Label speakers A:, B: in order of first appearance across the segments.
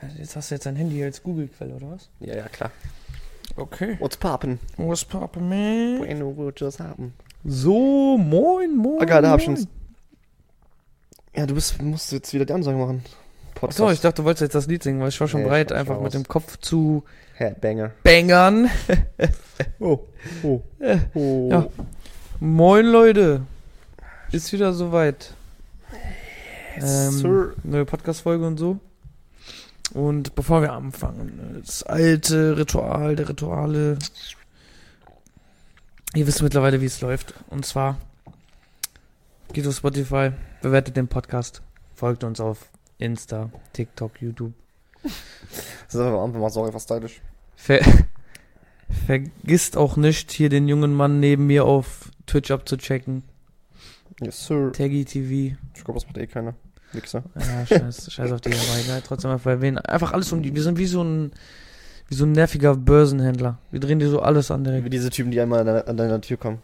A: Also Jetzt hast du jetzt dein Handy als Google-Quelle, oder was?
B: Ja, ja, klar.
A: Okay.
B: What's poppin?
A: Was poppin', man?
B: Bueno, we'll just happen.
A: So, moin, moin.
B: Ah, geil, da hab ich
A: moin.
B: schon. Ja, du bist, musst jetzt wieder die Ansage machen. Podcast.
A: Achso, ich dachte, du wolltest jetzt das Lied singen, weil ich war schon
B: Nee, ich
A: bereit,
B: war schon
A: einfach
B: raus.
A: mit dem Kopf zu
B: Headbanger.
A: bangern.
B: Oh, oh, oh.
A: Ja. Moin, Leute. Ist wieder soweit.
B: Ähm, Sir.
A: Ähm, Neue Podcast-Folge und so. Und bevor wir anfangen, das alte Ritual der Rituale. Ihr wisst mittlerweile, wie es läuft. Und zwar geht auf Spotify, bewertet den Podcast, folgt uns auf Insta, TikTok, YouTube.
B: Das ist aber am Anfang mal so einfach stylisch.
A: Ver Vergisst auch nicht, hier den jungen Mann neben mir auf Twitch abzuchecken.
B: Yes, sir.
A: Taggy TV.
B: Ich glaube, das macht eh keiner. Wichser.
A: Ja, scheiß, scheiß auf die, aber egal. Trotzdem einfach erwähnen. Einfach alles um die. Wir sind wie so ein, wie so ein nerviger Börsenhändler. Wir drehen dir so alles an
B: Wie
A: direkt.
B: diese Typen, die einmal an deiner, an deiner Tür kommen.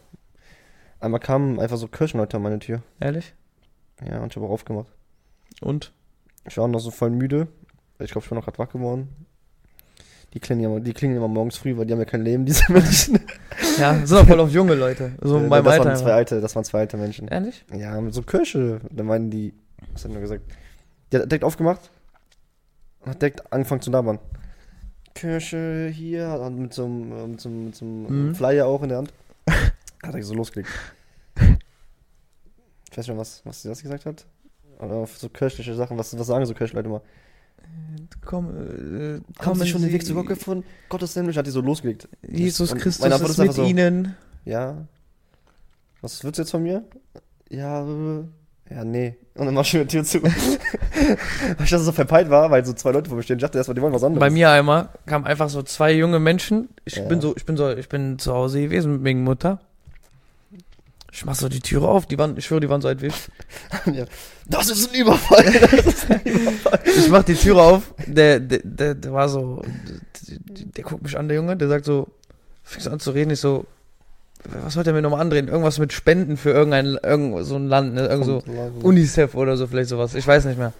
B: Einmal kamen einfach so Kirchenleute an meine Tür.
A: Ehrlich?
B: Ja, und ich habe auch aufgemacht.
A: Und?
B: Ich war auch noch so voll müde. Ich glaube, ich bin noch gerade wach geworden. Die klingen, immer, die klingen immer morgens früh, weil die haben ja kein Leben, diese Menschen.
A: Ja, sind auch voll auf junge Leute. So in
B: Äh,
A: meinem
B: das, waren
A: Alter.
B: zwei
A: einfach.
B: alte, das waren zwei alte Menschen.
A: Ehrlich?
B: Ja, mit so Kirche. Dann meinen die, was hat er gesagt? Der hat direkt aufgemacht und hat direkt angefangen zu labern. Kirche hier und mit so einem, äh, mit so einem, mit so einem
A: Mhm.
B: Flyer auch in der Hand. Hat er so losgelegt. Ich weiß nicht, mehr, was, was sie das gesagt hat. Aber auf so kirchliche Sachen, was, was sagen so Kirchenleute immer?
A: Komm, äh,
B: Haben
A: kommen
B: sie schon den Weg zu Gott
A: Sie-
B: gefunden? Gottes nämlich hat die so losgelegt.
A: Jesus
B: Und
A: Christus
B: meine Antwort
A: ist
B: ist
A: mit
B: einfach so.
A: ihnen.
B: Ja. Was wird's jetzt von mir? Ja, äh, ja, nee. Und dann mach ich mir die Tür zu. weil ich das so verpeilt war, weil so zwei Leute vor mir stehen. Ich dachte erstmal, die wollen was anderes.
A: Bei mir einmal kamen einfach so zwei junge Menschen. Ich
B: Ja.
A: bin so, ich bin so, ich bin zu Hause gewesen mit meiner Mutter. Ich mach so die Türe auf, die waren, ich schwöre, die waren so alt wie ich.
B: Ja. Das ist ein Überfall.
A: Ich mach die Türe auf, der, der, der, der war so, der, der, der guckt mich an, der Junge, der sagt so, fängst an zu reden, ich so, was wollte er mir nochmal andrehen? Irgendwas mit Spenden für irgendein, irgend so ein Land, ne? irgend so UNICEF oder so, vielleicht sowas, ich weiß nicht mehr.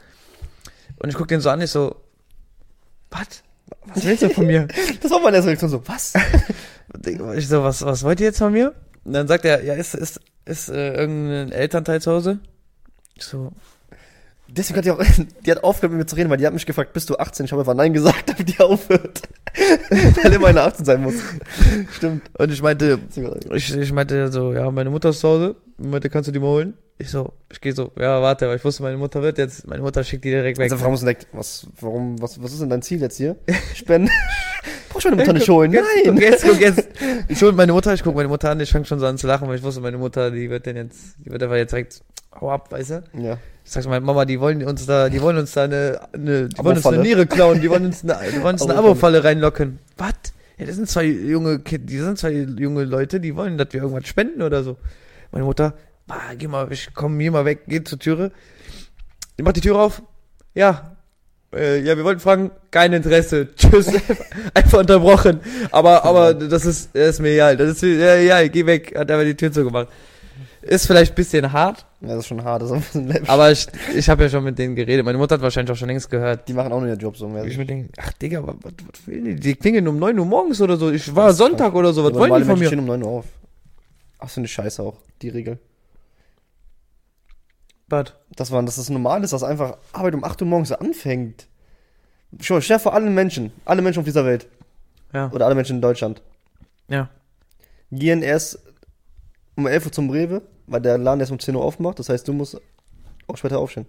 A: Und ich guck den so an, ich so, was? Was willst du von mir?
B: das war meine erste Reaktion so, was?
A: Ich so, was, was wollt ihr jetzt von mir? Und dann sagt er, ja, ist, ist, ist äh, irgendein Elternteil zu Hause? Ich so,
B: Deswegen hat die auch, die hat aufgehört mit mir zu reden, weil die hat mich gefragt, bist du 18? Ich habe einfach nein gesagt, damit die aufhört. weil immer einer 18 sein muss. Stimmt.
A: und ich meinte,
B: Deswegen-
A: Ich, ich meinte so, ja, meine Mutter ist zu Hause. Ich meinte, kannst du die mal holen? Ich so, ich gehe so, ja, warte, weil ich wusste, meine Mutter wird jetzt, meine Mutter schickt die direkt weg.
B: Also Frau muss direkt, was, warum, was, was ist denn dein Ziel jetzt hier? Spenden. Brauchst du meine Mutter nicht holen? Nein.
A: Guck jetzt, guck jetzt. Ich hol meine Mutter, ich guck meine Mutter an, ich fange schon so an zu lachen, weil ich wusste, meine Mutter, die wird denn jetzt, die wird einfach jetzt direkt, hau ab, weißt du?
B: Ja.
A: Ich sag's meiner Mama, die wollen uns da, die wollen uns da eine, eine die wollen uns eine
B: Abo-Falle.
A: Niere klauen, die wollen uns eine, die wollen uns eine
B: Abo-Falle.
A: Abo-Falle reinlocken. Was? Ja, das sind zwei junge Kinder, die sind zwei junge Leute, die wollen, dass wir irgendwas spenden oder so. Meine Mutter, ah, geh mal, ich komm hier mal weg, geh zur Türe. Die macht die Tür auf. Ja. Äh, ja, wir wollten fragen, kein Interesse. Tschüss. Einfach unterbrochen. Aber, aber das ist, das ist mir egal. Das ist, ja, ja, geh weg. Hat aber die Tür zugemacht. Ist vielleicht ein bisschen hart,
B: Ja, das ist schon hart, das ist ein bisschen läppisch.
A: aber ich, ich habe ja schon mit denen geredet. Meine Mutter hat wahrscheinlich auch schon längst gehört.
B: Die machen auch nur ihren Job so um mehr.
A: Ich mir denke, ach Digga, was, was, was will die? Die klingeln um 9 Uhr morgens oder so. Ich war Sonntag oder so. Was wollen die von mir?
B: stehen um 9 Uhr auf. Ach, so eine Scheiße auch, die Regel.
A: Bad.
B: Das war, dass das normal ist, dass einfach Arbeit um 8 Uhr morgens anfängt. Schau, ich stell vor allen Menschen, alle Menschen auf dieser Welt
A: Ja.
B: oder alle Menschen in Deutschland
A: Ja.
B: gehen erst um 11 Uhr zum Rewe, weil der Laden erst um 10 Uhr aufmacht. Das heißt, du musst auch später aufstehen.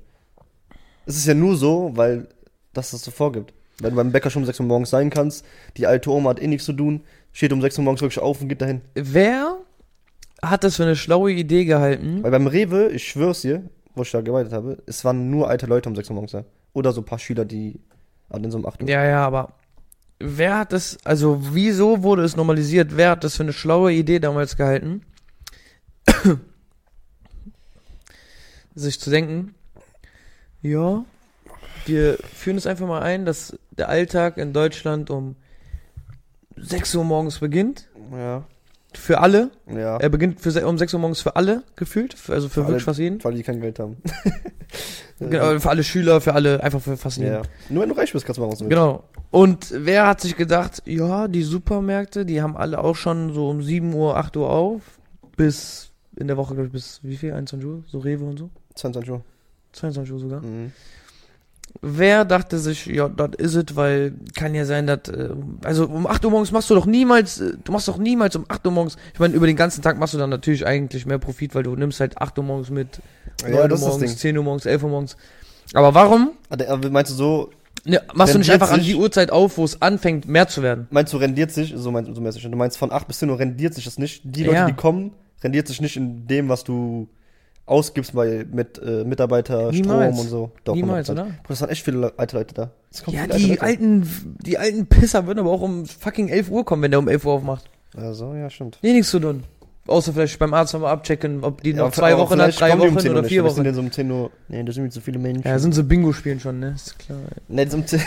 B: Es ist ja nur so, weil das das so vorgibt. Wenn du beim Bäcker schon um 6 Uhr morgens sein kannst, die alte Oma hat eh nichts zu tun, steht um 6 Uhr morgens wirklich auf und geht dahin.
A: Wer hat das für eine schlaue Idee gehalten?
B: Weil beim Rewe, ich schwör's dir, wo ich da gearbeitet habe, es waren nur alte Leute um 6 Uhr morgens da. Oder so ein paar Schüler, die an so um 8 Uhr.
A: Ja, ja, aber wer hat das, also wieso wurde es normalisiert? Wer hat das für eine schlaue Idee damals gehalten? Sich zu denken, ja, wir führen es einfach mal ein, dass der Alltag in Deutschland um 6 Uhr morgens beginnt
B: Ja.
A: für alle.
B: Ja.
A: Er beginnt für, se- um 6 Uhr morgens für alle gefühlt, für, also für,
B: Für alle-
A: wirklich fast jeden.
B: Vor allem, die kein Geld haben.
A: Genau, für alle Schüler, für alle, einfach für fast jeden.
B: Ja. Nur wenn du ne? reich bist, kannst du machen, was du willst.
A: Genau. Und wer hat sich gedacht, ja, die Supermärkte, die haben alle auch schon so um 7 Uhr, 8 Uhr auf, bis in der Woche, glaube ich, bis wie viel? 21 Uhr? So Rewe und so?
B: 22 Uhr.
A: 22 Uhr sogar.
B: Mhm.
A: Wer dachte sich, ja, das is it, weil kann ja sein, dass, äh, also um 8 Uhr morgens machst du doch niemals, äh, du machst doch niemals um 8 Uhr morgens, ich meine, über den ganzen Tag machst du dann natürlich eigentlich mehr Profit, weil du nimmst halt 8 Uhr morgens mit, 9
B: Ja,
A: Uhr
B: das ist das
A: morgens,
B: Ding.
A: 10 Uhr morgens, 11 Uhr morgens. Aber warum
B: Ah, der- aber Meinst du so,
A: ne, machst du nicht
B: Rentiert
A: einfach an
B: sich.
A: die Uhrzeit auf, wo es anfängt, mehr zu werden?
B: meinst du rendiert sich, so meinst so meinst du schon, du meinst von 8 bis 10 Uhr rendiert sich das nicht. Die Leute,
A: Ja.
B: die kommen, rendiert sich nicht in dem, was du ausgibst bei, mit äh, Mitarbeiter,
A: Niemals.
B: Strom und so.
A: Niemals,
B: 100%.
A: oder?
B: Bruder, es waren echt viele Le- alte Leute da. Es kommen
A: Ja,
B: viele
A: die
B: alte Leute.
A: alten, die alten Pisser würden aber auch um fucking 11 Uhr kommen, wenn der um 11 Uhr aufmacht.
B: Also, ja, stimmt.
A: Nee, nichts zu tun. Außer vielleicht beim Arzt nochmal abchecken, ob die
B: Ja,
A: noch zwei
B: aber
A: Wochen, nach
B: vielleicht
A: drei
B: kommen die um
A: Wochen
B: Uhr
A: oder
B: nicht.
A: vier
B: Vielleicht
A: Wochen.
B: Sind die so um 10 Uhr. Nee, das sind mir zu viele Menschen.
A: Ja, sind so Bingo-Spielen schon, ne? Ist klar.
B: nee, das sind um 10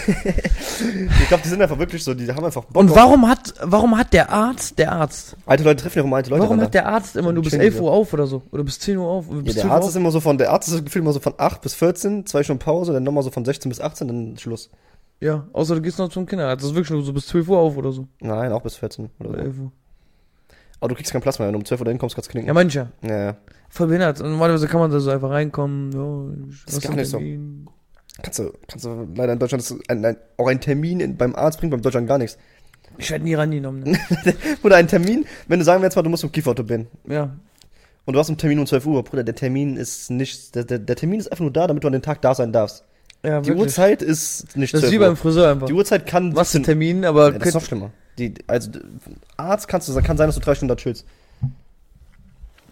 B: ich glaube, die sind einfach wirklich so, die haben einfach Bock.
A: Und
B: auf-
A: warum hat, warum hat der Arzt, der Arzt,
B: Alte Leute treffen ja auch immer alte Leute.
A: warum
B: Alter.
A: hat der Arzt immer nur bis
B: Schön,
A: 11
B: ja.
A: Uhr auf oder so? Oder bis 10 Uhr auf? Oder
B: Ja,
A: bis 12
B: der
A: Uhr
B: Arzt
A: auf?
B: ist immer so von, der Arzt ist gefühlt immer so von 8 bis 14, zwei Stunden Pause, dann nochmal so von 16 bis 18, dann Schluss.
A: Ja, außer du gehst noch zum Kinderarzt. Das ist wirklich nur so bis 12 Uhr auf oder so.
B: Nein, auch bis 14 oder
A: Oder
B: so.
A: 11 Uhr.
B: Aber du kriegst kein Plasma, wenn du um 12 Uhr dahin kommst, kannst du
A: Ja,
B: knicken.
A: mancher.
B: Ja, ja.
A: Voll behindert. Und normalerweise kann man da so einfach reinkommen. Ja, ich-
B: Das
A: was
B: ist gar
A: ein
B: nicht so.
A: Termin.
B: Kannst du, kannst du leider in Deutschland, ist ein, ein, auch ein Termin in, beim Arzt bringt beim Deutschland gar nichts.
A: Ich werde nie rangenommen. Ne?
B: Oder ein Termin, wenn du sagen wir jetzt mal, du musst zum Kieferorthopäden.
A: ja,
B: Und du hast einen Termin um 12 Uhr, Bruder, der Termin ist nicht, der, der, der Termin ist einfach nur da, damit du an den Tag da sein darfst.
A: ja
B: Die Uhrzeit ist nicht
A: Das ist
B: 12
A: wie
B: Uhr.
A: beim Friseur einfach.
B: Die Uhrzeit kann
A: Machst einen
B: 17
A: Termin, aber
B: Ja, das ist
A: könnt-
B: noch schlimmer. Die, also, d- Arzt kannst du, kann sein, dass du drei Stunden da chillst.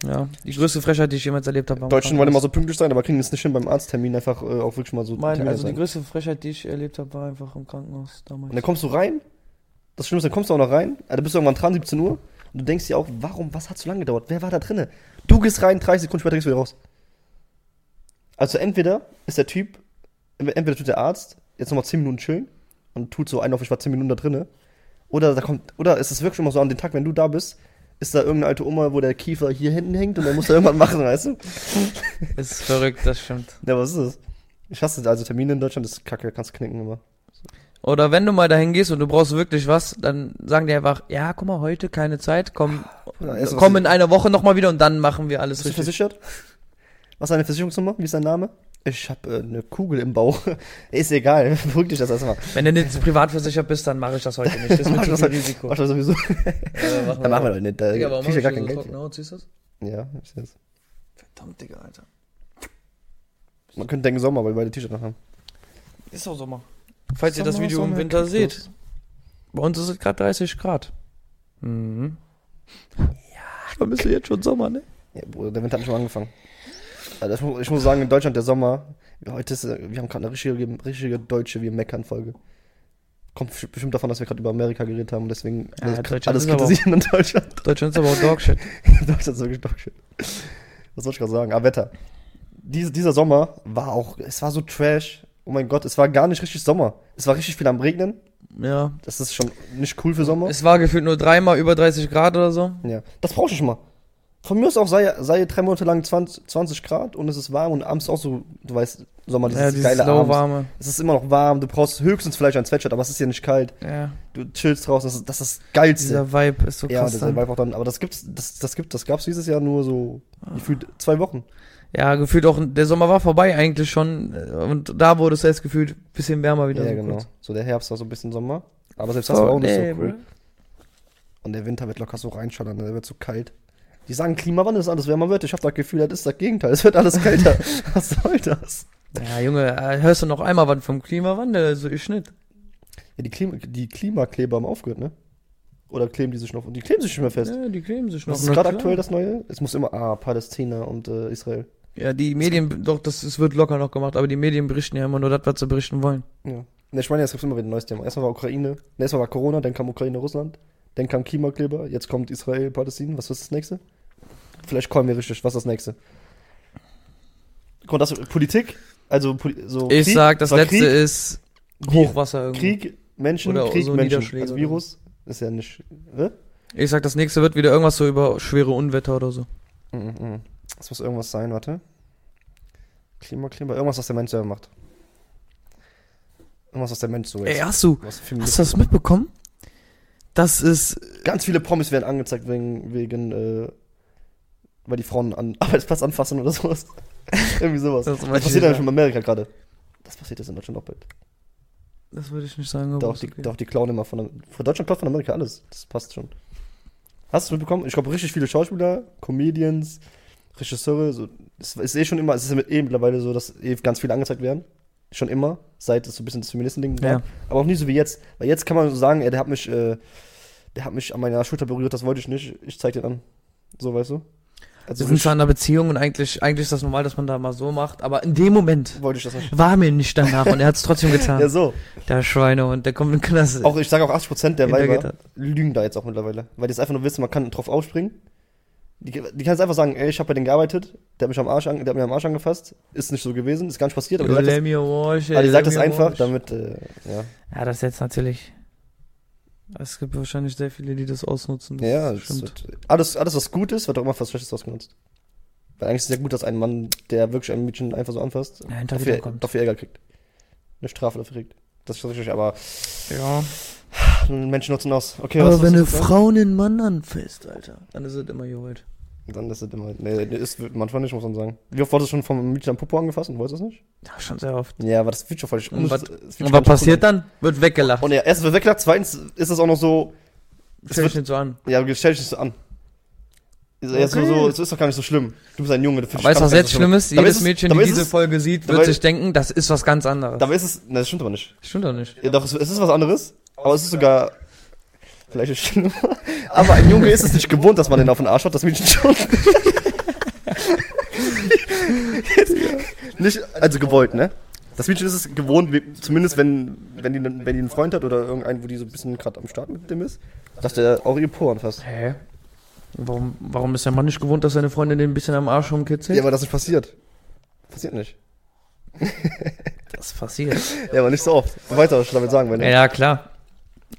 A: ja, die größte Frechheit, die ich jemals erlebt habe. war im
B: Deutschen wollen immer
A: Krankenhaus.
B: so pünktlich sein, aber kriegen es nicht hin beim Arzttermin einfach äh, auch wirklich mal so
A: Mein,
B: Termine
A: also die
B: sein.
A: größte Frechheit, die ich erlebt habe, war einfach im Krankenhaus damals.
B: Und dann kommst du rein, das Schlimmste, dann kommst du auch noch rein, also bist du irgendwann dran, 17 Uhr, und du denkst dir auch, warum, was hat so lange gedauert, wer war da drinne? Du gehst rein, 30 Sekunden später gehst du wieder raus. Also entweder ist der Typ, entweder tut der Arzt jetzt nochmal 10 Minuten chillen und tut so einen auf, ich war 10 Minuten da drinne, oder da kommt, oder ist es wirklich immer so an den Tag, wenn du da bist, ist da irgendeine alte Oma, wo der Kiefer hier hinten hängt und der muss da irgendwann machen, weißt du?
A: Ist verrückt, das stimmt.
B: Ja, was ist das? Ich hasse also Termine in Deutschland, das ist kacke, kannst knicken immer.
A: Oder wenn du mal dahin gehst und du brauchst wirklich was, dann sagen die einfach, ja, guck mal, heute keine Zeit, komm,
B: Ja, erst was-
A: komm in einer Woche nochmal wieder und dann machen wir alles
B: Bist du
A: richtig.
B: versichert? Was ist deine Versicherungsnummer? Wie ist dein Name? Ich hab äh, eine Kugel im Bauch. ist egal, beruhig dich das erstmal.
A: Wenn du nicht privat versichert bist, dann mache ich das heute nicht. Das ist mir
B: Mach
A: zu
B: das
A: viel
B: halt-
A: Risiko.
B: Mach das sowieso.
A: Äh, mach mal.
B: Dann machen wir doch nicht. Da
A: Digga, warum
B: kriegst
A: hast du
B: du ja gar
A: so
B: kein Geld.
A: trockene Haut, siehst du das?
B: Ja, ich seh's.
A: Verdammt, Digga, Alter.
B: Man könnte denken Sommer, weil wir beide T-Shirt noch haben.
A: Ist auch Sommer. Falls ihr das
B: Sommer,
A: Video im
B: Sommer,
A: Winter
B: Kaktus.
A: seht. Bei uns ist es gerade 30 Grad. Mhm. Ja, dann bist du jetzt schon Sommer, ne?
B: Ja, Bruder, der Winter hat schon angefangen. Also ich, muss, ich muss sagen, in Deutschland der Sommer, heute ist, äh, wir haben gerade eine richtige, richtige deutsche Wir meckern-Folge. Kommt bestimmt davon, dass wir gerade über Amerika geredet haben und deswegen
A: Ja, Deutschland
B: alles, alles
A: ist aber auch-
B: kritisieren in Deutschland.
A: Deutschland ist aber auch Dogshit.
B: Deutschland ist wirklich doch schön. Was soll ich gerade sagen? Ah, Wetter. Dies, dieser Sommer war auch, es war so trash. Oh mein Gott, es war gar nicht richtig Sommer. Es war richtig viel am Regnen.
A: Ja.
B: Das ist schon nicht cool für Sommer.
A: Es war gefühlt nur dreimal über 30 Grad oder so.
B: ja, das brauche ich mal. Von mir aus auch sei, sei drei Monate lang 20, 20 Grad und es ist warm und abends auch so, du weißt, Sommer, dieses,
A: ja, dieses
B: geile abends.
A: lauwarme.
B: Es ist immer noch warm, du brauchst höchstens vielleicht ein Sweatshirt, aber es ist ja nicht kalt.
A: Ja,
B: Du chillst draußen, das ist das, ist das Geilste.
A: dieser Vibe ist so
B: ja,
A: krass.
B: das
A: Ja,
B: war auch dann, aber das gibt's, das, das gibt, das gab's dieses Jahr nur so,
A: Ah.
B: gefühlt zwei Wochen.
A: ja, gefühlt auch, der Sommer war vorbei eigentlich schon. äh, Und da wurde es erst gefühlt ein bisschen wärmer wieder.
B: Ja,
A: so
B: genau.
A: kurz.
B: So der Herbst war so ein bisschen Sommer. Aber selbst das war
A: So,
B: auch nicht
A: nee,
B: so cool. Und der Winter wird locker so reinschallern, ne? der wird so kalt. Die sagen, Klimawandel ist alles wärmer wird. Ich habe das Gefühl, das ist das Gegenteil. Es wird alles kälter. Was soll das?
A: Ja, Junge, äh, hörst du noch einmal was vom Klimawandel? Also ich nicht.
B: Ja, die, Klima die Klimakleber haben aufgehört, ne? Oder kleben die sich noch? Und die kleben sich nicht mehr fest.
A: Ja, die kleben sich noch.
B: das ist
A: Na
B: gerade
A: klar.
B: aktuell das Neue. Es muss immer, ah, Palästina und äh, Israel.
A: Ja, die Medien, doch, das es wird locker noch gemacht, aber die Medien berichten ja immer nur das, was sie berichten wollen.
B: Ja. Ne, ich meine, jetzt gibt's immer wieder ein neues Thema. Erstmal war Ukraine, ne, erstmal war Corona, dann kam Ukraine, Russland, dann kam Klimakleber, jetzt kommt Israel, Palästina. Was ist das nächste? Vielleicht kommen wir richtig, was ist das nächste? Guck, mal, das Politik, also Poli- so
A: ich sag, das
B: war
A: letzte
B: Krieg,
A: ist Hochwasser irgendwie.
B: Krieg, Menschen,
A: Oder
B: Krieg,
A: so
B: Menschen,
A: Niederschläge
B: also
A: oder
B: Virus ist ja nicht, ne?
A: Ich sag, das nächste wird wieder irgendwas so über schwere Unwetter oder so. mm,
B: Mhm, mhm. Das muss irgendwas sein, warte. Klima, Klima, irgendwas, was der Mensch selber macht. Irgendwas, was der Mensch so
A: Ey,
B: ist.
A: hast du,
B: Was für
A: hast du das mitbekommen? Das ist,
B: Ganz viele Promis werden angezeigt wegen, wegen äh, weil die Frauen an Arbeitsplatz anfassen oder sowas. Irgendwie sowas.
A: Das
B: Das,
A: ist
B: passiert ja
A: ja.
B: schon in Amerika gerade. Das passiert jetzt in Deutschland auch bald.
A: das würde ich nicht sagen.
B: Da
A: aber
B: auch,
A: Oh, ist
B: die,
A: okay.
B: da auch die klauen immer von, von Deutschland klaut von Amerika alles. Das passt schon. Hast du mitbekommen? Ich glaube, richtig viele Schauspieler, Comedians, Regisseure, so, es ist eh schon immer, es ist ja mit eh mittlerweile so, dass eh ganz viele angezeigt werden. Schon immer, seit es so ein bisschen das Feministending gab.
A: Ja.
B: Aber auch nie so wie jetzt. Weil jetzt kann man so sagen, ey, der hat mich, äh, der hat mich an meiner Schulter berührt, das wollte ich nicht, ich zeig den an. So, weißt du? Also
A: Wir sind
B: richtig
A: zwar in einer Beziehung und eigentlich, eigentlich ist das normal, dass man da mal so macht, aber in dem Moment
B: wollte ich das nicht.
A: war mir nicht danach und er hat es trotzdem getan.
B: Ja, so.
A: Der Schweinehund, der kommt in den Knast.
B: Auch, ich sage auch 80% der
A: Hintergeht
B: Weiber lügen da jetzt auch mittlerweile. Weil die jetzt einfach nur wissen, man kann drauf aufspringen. Die, die kann jetzt einfach sagen, ey, ich habe bei denen gearbeitet, der hat mich am Arsch, an, der hat mich am Arsch angefasst, ist nicht so gewesen, ist gar nicht passiert, aber die sagt das,
A: Lemmy Walsh,
B: aber die sagt das
A: Lemmy
B: einfach,
A: Walsh.
B: damit, äh, ja.
A: Ja, das ist jetzt natürlich. Es gibt wahrscheinlich sehr viele, die das ausnutzen. Das
B: ja es
A: stimmt.
B: wird, alles, alles, was gut ist, wird auch immer was Schlechtes ausgenutzt. Weil eigentlich ist es ja gut, dass ein Mann, der wirklich ein Mädchen einfach so anfasst,
A: Ja, hinter
B: dafür,
A: kommt.
B: dafür Ärger kriegt. Eine Strafe dafür kriegt. Das ist richtig, aber
A: Ja.
B: Menschen nutzen aus. Okay,
A: Aber wenn eine
B: hast du gesagt?
A: Frau einen Mann anfasst, Alter, dann ist es immer Jolt.
B: Dann ist es immer. Nee, nee, ist manchmal nicht, muss man sagen. Wie oft wurdest du schon vom Mädchen am Popo angefasst und wolltest das nicht?
A: Ja, schon sehr oft.
B: Ja, aber das wird schon voll.
A: Und was-
B: das wird
A: Und
B: schon
A: was passiert dann? Wird weggelacht.
B: Und ja, erstens wird weggelacht, zweitens ist es auch noch so. Es
A: Stell dich
B: wird,
A: nicht so an.
B: ja, stell dich nicht so an. Also Erst
A: Okay.
B: nur so, es ist doch gar nicht so schlimm. Du bist ein Junge, du findest
A: Weißt du, was jetzt schlimm ist?
B: Dabei
A: Jedes
B: ist es-
A: Mädchen,
B: dabei
A: die
B: ist
A: diese
B: es-
A: Folge sieht, wird
B: dabei-
A: sich denken, das ist was ganz anderes.
B: Dabei ist es. Ne, das stimmt aber nicht.
A: Stimmt doch nicht.
B: Ja, doch, es, es ist was anderes, aber es ist sogar. Vielleicht ist es schlimmer. Aber ein Junge ist es nicht gewohnt, dass man den auf den Arsch hat, das Mädchen schon. nicht, also gewollt, ne? Das Mädchen ist es gewohnt, wie- zumindest wenn, wenn, die, einen- wenn die einen Freund hat oder irgendeinen, wo die so ein bisschen gerade am Start mit dem ist, dass der auch ihre Po anfasst.
A: Hä? Warum, warum ist der Mann nicht gewohnt, dass seine Freundin den ein bisschen am Arsch rumkitzelt?
B: Ja, aber das ist passiert. Passiert nicht.
A: das passiert.
B: Ja, aber nicht so oft. Du weißt aber, was ich damit sagen will.
A: Ja,
B: Ne?
A: ja, klar.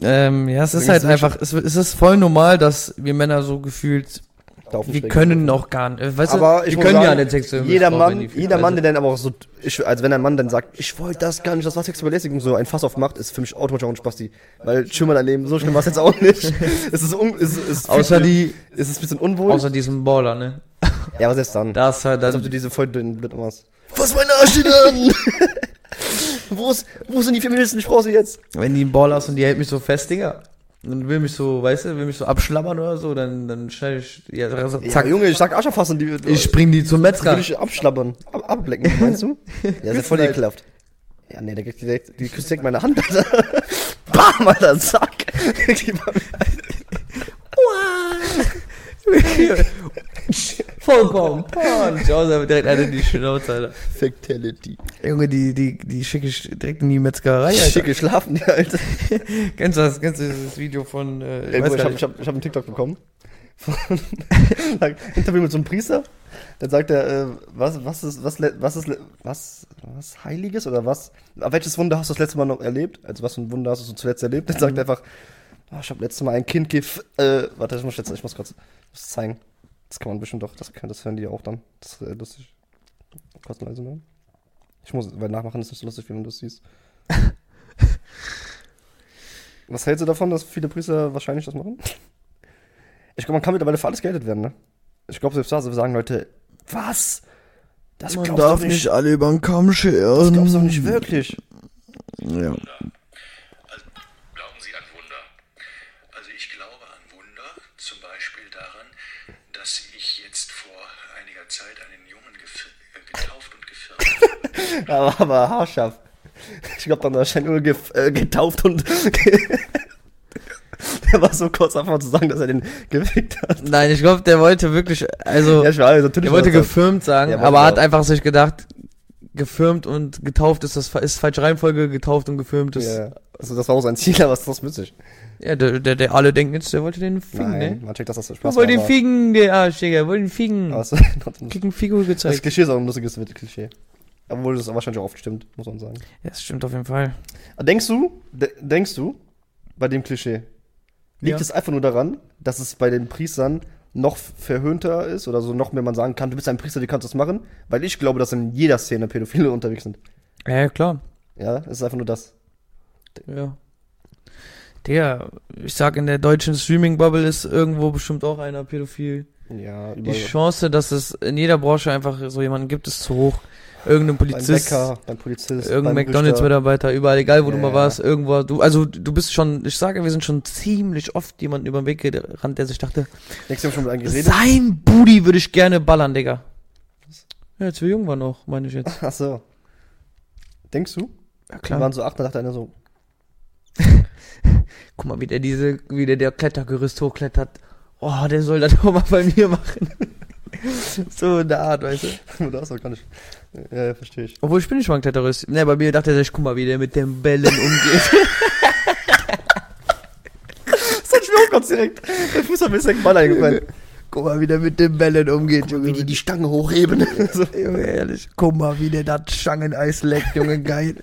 A: Ähm, ja, es ist
B: Deswegen
A: halt
B: ist es
A: einfach, es, es ist voll normal, dass wir Männer so gefühlt,
B: Da auf den
A: wir
B: Schläger.
A: können auch gar nicht, äh, weißt
B: Aber
A: du,
B: ich
A: wir
B: muss
A: können
B: sagen,
A: ja alle sexuell
B: jeder
A: missbraucht
B: Mann,
A: werden, die-
B: jeder Mann,
A: also,
B: der dann aber auch so, ich, also wenn ein Mann dann sagt, ich wollte das gar nicht, das war sexuelle Belästigung, so ein Fass aufmacht, ist für mich automatisch auch ein Spasti. Weil schon mal dein Leben, so schlimm war es jetzt auch nicht. es ist, un, es, ist- es ist
A: außer die,
B: es ist ein bisschen unwohl.
A: außer diesem Baller, ne?
B: ja, was ist dann?
A: Da ist halt
B: Als ob du
A: dann,
B: diese voll dünnen Blit machst. Was meine Arsch denn wo, ist, wo sind die Feministen? Ich brauche sie jetzt.
A: wenn die einen Baller ist und die hält mich so fest, Digga, und will mich so, weißt du, will mich so abschlabbern oder so, dann, dann schneide ich, ja, also
B: Zack,
A: zack,
B: Junge, ich sag Arsch anfassen, die
A: ich spring die zum Metzger.
B: würde ich abschlabbern, ab, ablecken, meinst du? ja, ist ja voll ekelhaft. Ja, nee, der kriegt direkt, die küsst direkt meine Hand, Alter. Bam, Alter, zack. Die war-
A: Vollkommen. Und Joseph direkt eine in die Schnauze, Alter.
B: Fatality.
A: Junge, die, die, die schicke ich direkt in die Metzgerei,
B: Ah Ja,
A: Alter.
B: Schicke schlafen, die Alter.
A: Kennst du das, kennst du dieses Video von, äh, ich
B: Ey,
A: weiß
B: Bruder, ich
A: gar
B: hab,
A: nicht.
B: ich hab, ich hab einen TikTok bekommen. Von- Sag, Interview mit so einem Priester. Dann sagt er, äh, was, was ist, was, le- was ist, le- was, was Heiliges oder was? ah, Welches Wunder hast du das letzte Mal noch erlebt? Also was für ein Wunder hast du so zuletzt erlebt? Dann
A: Mhm.
B: sagt er einfach, oh, ich habe letztes Mal ein Kind gef, äh, warte, ich muss jetzt, ich muss kurz, muss zeigen. Das kann man bestimmt doch, das, kann, das hören die auch dann. Das ist äh, lustig. Kurz leise machen. ne? Ich muss, weil nachmachen ist nicht so lustig, wie wenn du es siehst. Was hältst du davon, dass viele Priester wahrscheinlich das machen? Ich glaube, man kann mittlerweile für alles gerettet werden, ne? Ich glaube, selbst da sagen Leute, was? Das glaubst du nicht.
A: alle über den Kamm scheren.
B: Das glaubst du nicht wirklich.
A: Ja.
C: Also, glauben Sie an Wunder? Also ich glaube an Wunder, zum Beispiel daran, dass ich jetzt vor einiger Zeit einen Jungen gef äh, getauft und gefirmt habe.
B: Aber, aber haarscharf. Ich glaube, dann wahrscheinlich nur gef äh, getauft und. der war so kurz einfach zu sagen, dass er den gefickt hat.
A: Nein, ich glaube, der wollte wirklich, also,
B: Ja, ich weiß,
A: der
B: natürlich. war
A: wollte
B: das das.
A: gefirmt sagen,
B: Ja,
A: aber
B: wollte
A: hat
B: auch.
A: einfach sich gedacht, gefirmt und getauft ist das fa- ist falsche Reihenfolge, getauft und gefirmt ist.
B: Ja. Also, das war auch sein Ziel, aber es ist das witzig.
A: Ja, der, der, der alle denken jetzt, der wollte den Ficken,
B: Nein,
A: ne?
B: man checkt, dass das so
A: Der
B: Spaß
A: wollte den
B: aber-
A: Ficken, der Arsch, Digga, wollte den Ficken.
B: aber
A: Was?
B: es- Das
A: Kicken Figur
B: das
A: gezeigt.
B: Klischee ist auch ein lustiges Klischee. Obwohl das wahrscheinlich auch oft stimmt, muss man sagen.
A: Ja, das stimmt auf jeden Fall.
B: Denkst du, de denkst du, bei dem Klischee, Liegt
A: Ja.
B: es einfach nur daran, dass es bei den Priestern noch verhöhnter ist oder so noch mehr man sagen kann, du bist ein Priester, du kannst das machen? Weil ich glaube, dass in jeder Szene Pädophile unterwegs sind.
A: Ja, klar.
B: Ja, es ist einfach nur das.
A: Ja. Der, ich sag, in der deutschen Streaming-Bubble ist irgendwo bestimmt auch einer pädophil.
B: Ja,
A: Die
B: überall.
A: Chance, dass es in jeder Branche einfach so jemanden gibt, ist zu hoch. Irgendein
B: beim
A: Polizist,
B: Bäcker, beim Polizist,
A: irgendein
B: beim Richter.
A: McDonalds-Mitarbeiter, überall, egal wo du
B: Ja,
A: mal
B: ja.
A: warst, irgendwo, du, also du bist schon, ich sage, wir sind schon ziemlich oft jemanden über den Weg gerannt, der sich dachte,
B: Nächstes Mal schon mit einem geredet.
A: sein Booty würde ich gerne ballern, Digga. Ja, als wir jung waren noch, meine ich jetzt.
B: Ach so. Denkst du?
A: Ja,
B: Wir waren so acht, da dachte einer so,
A: Guck mal, wie der diese, wie der, der Klettergerüst hochklettert. Oh, der soll das auch mal bei mir machen. so in der Art, weißt du.
B: das doch gar nicht. Ja, ja, verstehe ich.
A: Obwohl ich bin nicht mal ein Klettergerüst. Ne, bei mir dachte er sich, guck mal, wie der mit den Bällen umgeht.
B: Das hätte ich mir auch ganz direkt. Der Fuß hat mir direkt Ball eingefallen.
A: guck mal, wie der mit den Bällen umgeht,
B: Wie die die Stange hochheben. so.
A: Junge, ehrlich. Guck mal, wie der da Stangeneis leckt, Junge, geil.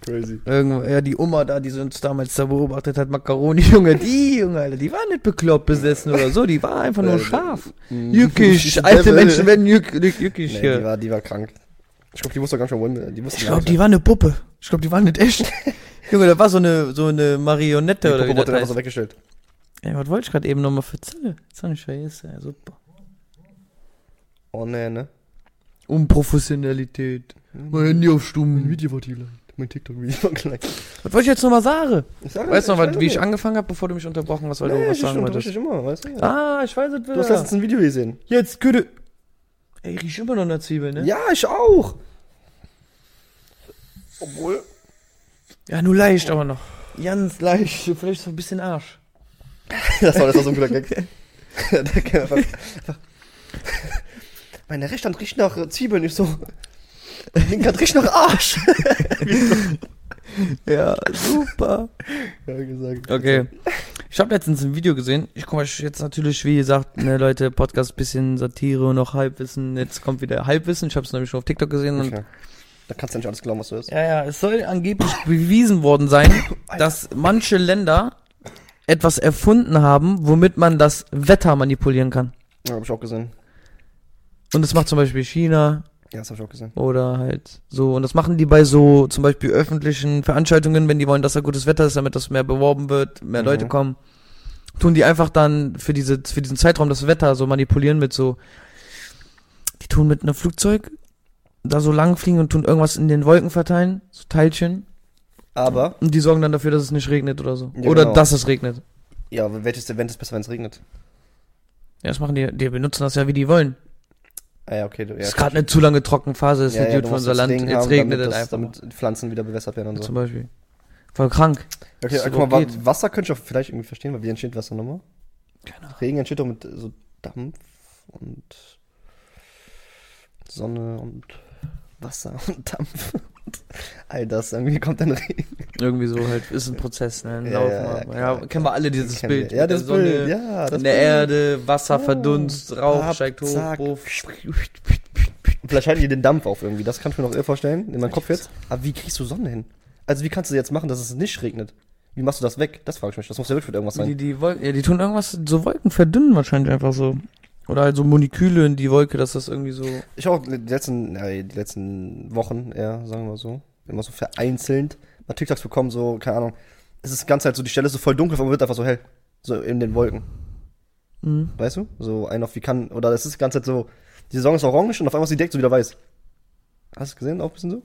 B: Crazy.
A: Irgendwo, ja, die Oma da, die uns damals da beobachtet hat, Macaroni, Junge, die, Junge, Alter, die war nicht bekloppt besessen oder so, die war einfach nur
B: Äh,
A: scharf. Jückisch, alte Menschen werden jück, jück, jückisch,
B: Nee,
A: hier.
B: die, war, die war krank. Ich glaube, die wusste doch gar nicht mehr, die wusste
A: Ich
B: gar
A: glaube,
B: nicht
A: die war eine Puppe. Ich glaube, die war nicht echt. Junge, da war so eine, so eine Marionette
B: mehr.
A: oder
B: Die
A: wie
B: Puppe wurde
A: das
B: einfach so
A: heißt.
B: weggestellt.
A: Ey, was wollte ich gerade eben nochmal verzählen? Das war nicht scheiße, ja, super.
B: Oh nee, ne?
A: Unprofessionalität. Mein Handy auf Stumm.
B: Video war die gleich. Mein TikTok-Video war gleich.
A: Was wollte ich jetzt nochmal sagen?
B: Ich sag,
A: Weißt du noch,
B: ich
A: was- wie ich
B: nicht.
A: angefangen habe, bevor du mich unterbrochen hast, weil
B: Nee,
A: du was
B: ich
A: sagen
B: unterbrich dich
A: wolltest?
B: immer, weißt du? Du
A: Ah, ich weiß es wieder.
B: hast letztens ein Video gesehen.
A: Jetzt, Güte. Ey, riech immer noch eine Zwiebel, ne?
B: Ja, ich auch. Obwohl.
A: Ja, nur leicht aber noch. Ganz leicht. Vielleicht so ein bisschen Arsch.
B: Das war, das war so ein guter Gag. Der kann einfach, einfach. Meine rechte Hand riecht nach äh, Zwiebeln, ich so. Linke Hand riecht nach Arsch.
A: Ja, super.
B: ja, gesagt.
A: Okay. Ich habe letztens ein Video gesehen. Ich komme jetzt natürlich, wie gesagt, ne, Leute, Podcast, bisschen Satire und noch Halbwissen. Jetzt kommt wieder Halbwissen. Ich habe es nämlich schon auf TikTok gesehen. Und
B: Ja. Da kannst du ja nicht alles glauben, was du hörst.
A: ja, ja, es soll angeblich bewiesen worden sein, dass manche Länder etwas erfunden haben, womit man das Wetter manipulieren kann.
B: Ja, hab ich auch gesehen.
A: Und das macht zum Beispiel China,
B: Ja, das hab ich auch gesehen.
A: Oder halt so. Und das machen die bei so zum Beispiel öffentlichen Veranstaltungen, wenn die wollen, dass da gutes Wetter ist, damit das mehr beworben wird, mehr
B: Mhm.
A: Leute kommen. Tun die einfach dann für, diese, für diesen Zeitraum das Wetter so manipulieren mit so. Die tun mit einem Flugzeug da so lang fliegen und tun irgendwas in den Wolken verteilen, so Teilchen.
B: Aber,
A: Und die sorgen dann dafür, dass es nicht regnet oder so.
B: Ja,
A: oder
B: genau.
A: dass es regnet.
B: ja, aber welches Event ist besser, wenn es regnet?
A: Ja, das machen die. Die benutzen das ja, wie die wollen.
B: Ah ja, okay. Du, ja,
A: ist gerade eine zu lange Trockenphase, ist
B: ja,
A: nicht
B: ja,
A: gut
B: du
A: für
B: musst
A: unser
B: das
A: Land.
B: Ding
A: Jetzt
B: haben,
A: regnet
B: damit
A: es
B: das,
A: einfach.
B: Damit die Pflanzen wieder bewässert werden und so.
A: Zum Beispiel. Voll krank.
B: Okay,
A: das
B: guck mal,
A: überhaupt
B: Wa- Wasser könnte ich auch vielleicht irgendwie verstehen, weil wie entsteht Wasser nochmal?
A: Keine
B: Regen entsteht doch mit äh, so Dampf und Sonne und Wasser und Dampf und all das. Irgendwie kommt dann Regen.
A: Irgendwie so halt, ist ein Prozess, ne? Ein
B: Ja,
A: Lauf,
B: ja, ja,
A: ja,
B: klar,
A: ja, kennen wir alle dieses
B: Kennen wir.
A: Bild.
B: Ja,
A: mit der
B: das Bild.
A: Sonne
B: Ja, das
A: in der
B: Bild.
A: Erde, Wasser verdunst, Rauch
B: Zack,
A: steigt hoch.
B: zack.
A: Puff.
B: Vielleicht halten die den Dampf auf irgendwie. Das kann ich mir noch eher vorstellen, in meinem Kopf jetzt. Aber wie kriegst du Sonne hin? Also wie kannst du jetzt machen, dass es nicht regnet? Wie machst du das weg? Das frage ich mich. Das muss ja wirklich mit irgendwas
A: Die,
B: sein.
A: die, Wolken, ja, die tun irgendwas, so Wolken verdünnen wahrscheinlich einfach so. Oder halt so Moleküle in die Wolke, dass das irgendwie so.
B: Ich habe auch die letzten, äh, die letzten Wochen eher, sagen wir mal so, immer so vereinzelt mal TikToks bekommen, so, keine Ahnung. Es ist ganz halt so, die Stelle ist so voll dunkel, aber wird einfach so hell. So in den Wolken.
A: Mhm.
B: Weißt du? So ein auf wie kann. Oder es ist die ganze Zeit so, die Saison ist orange und auf einmal ist die Decke so wieder weiß. Hast du gesehen? Auch ein bisschen so?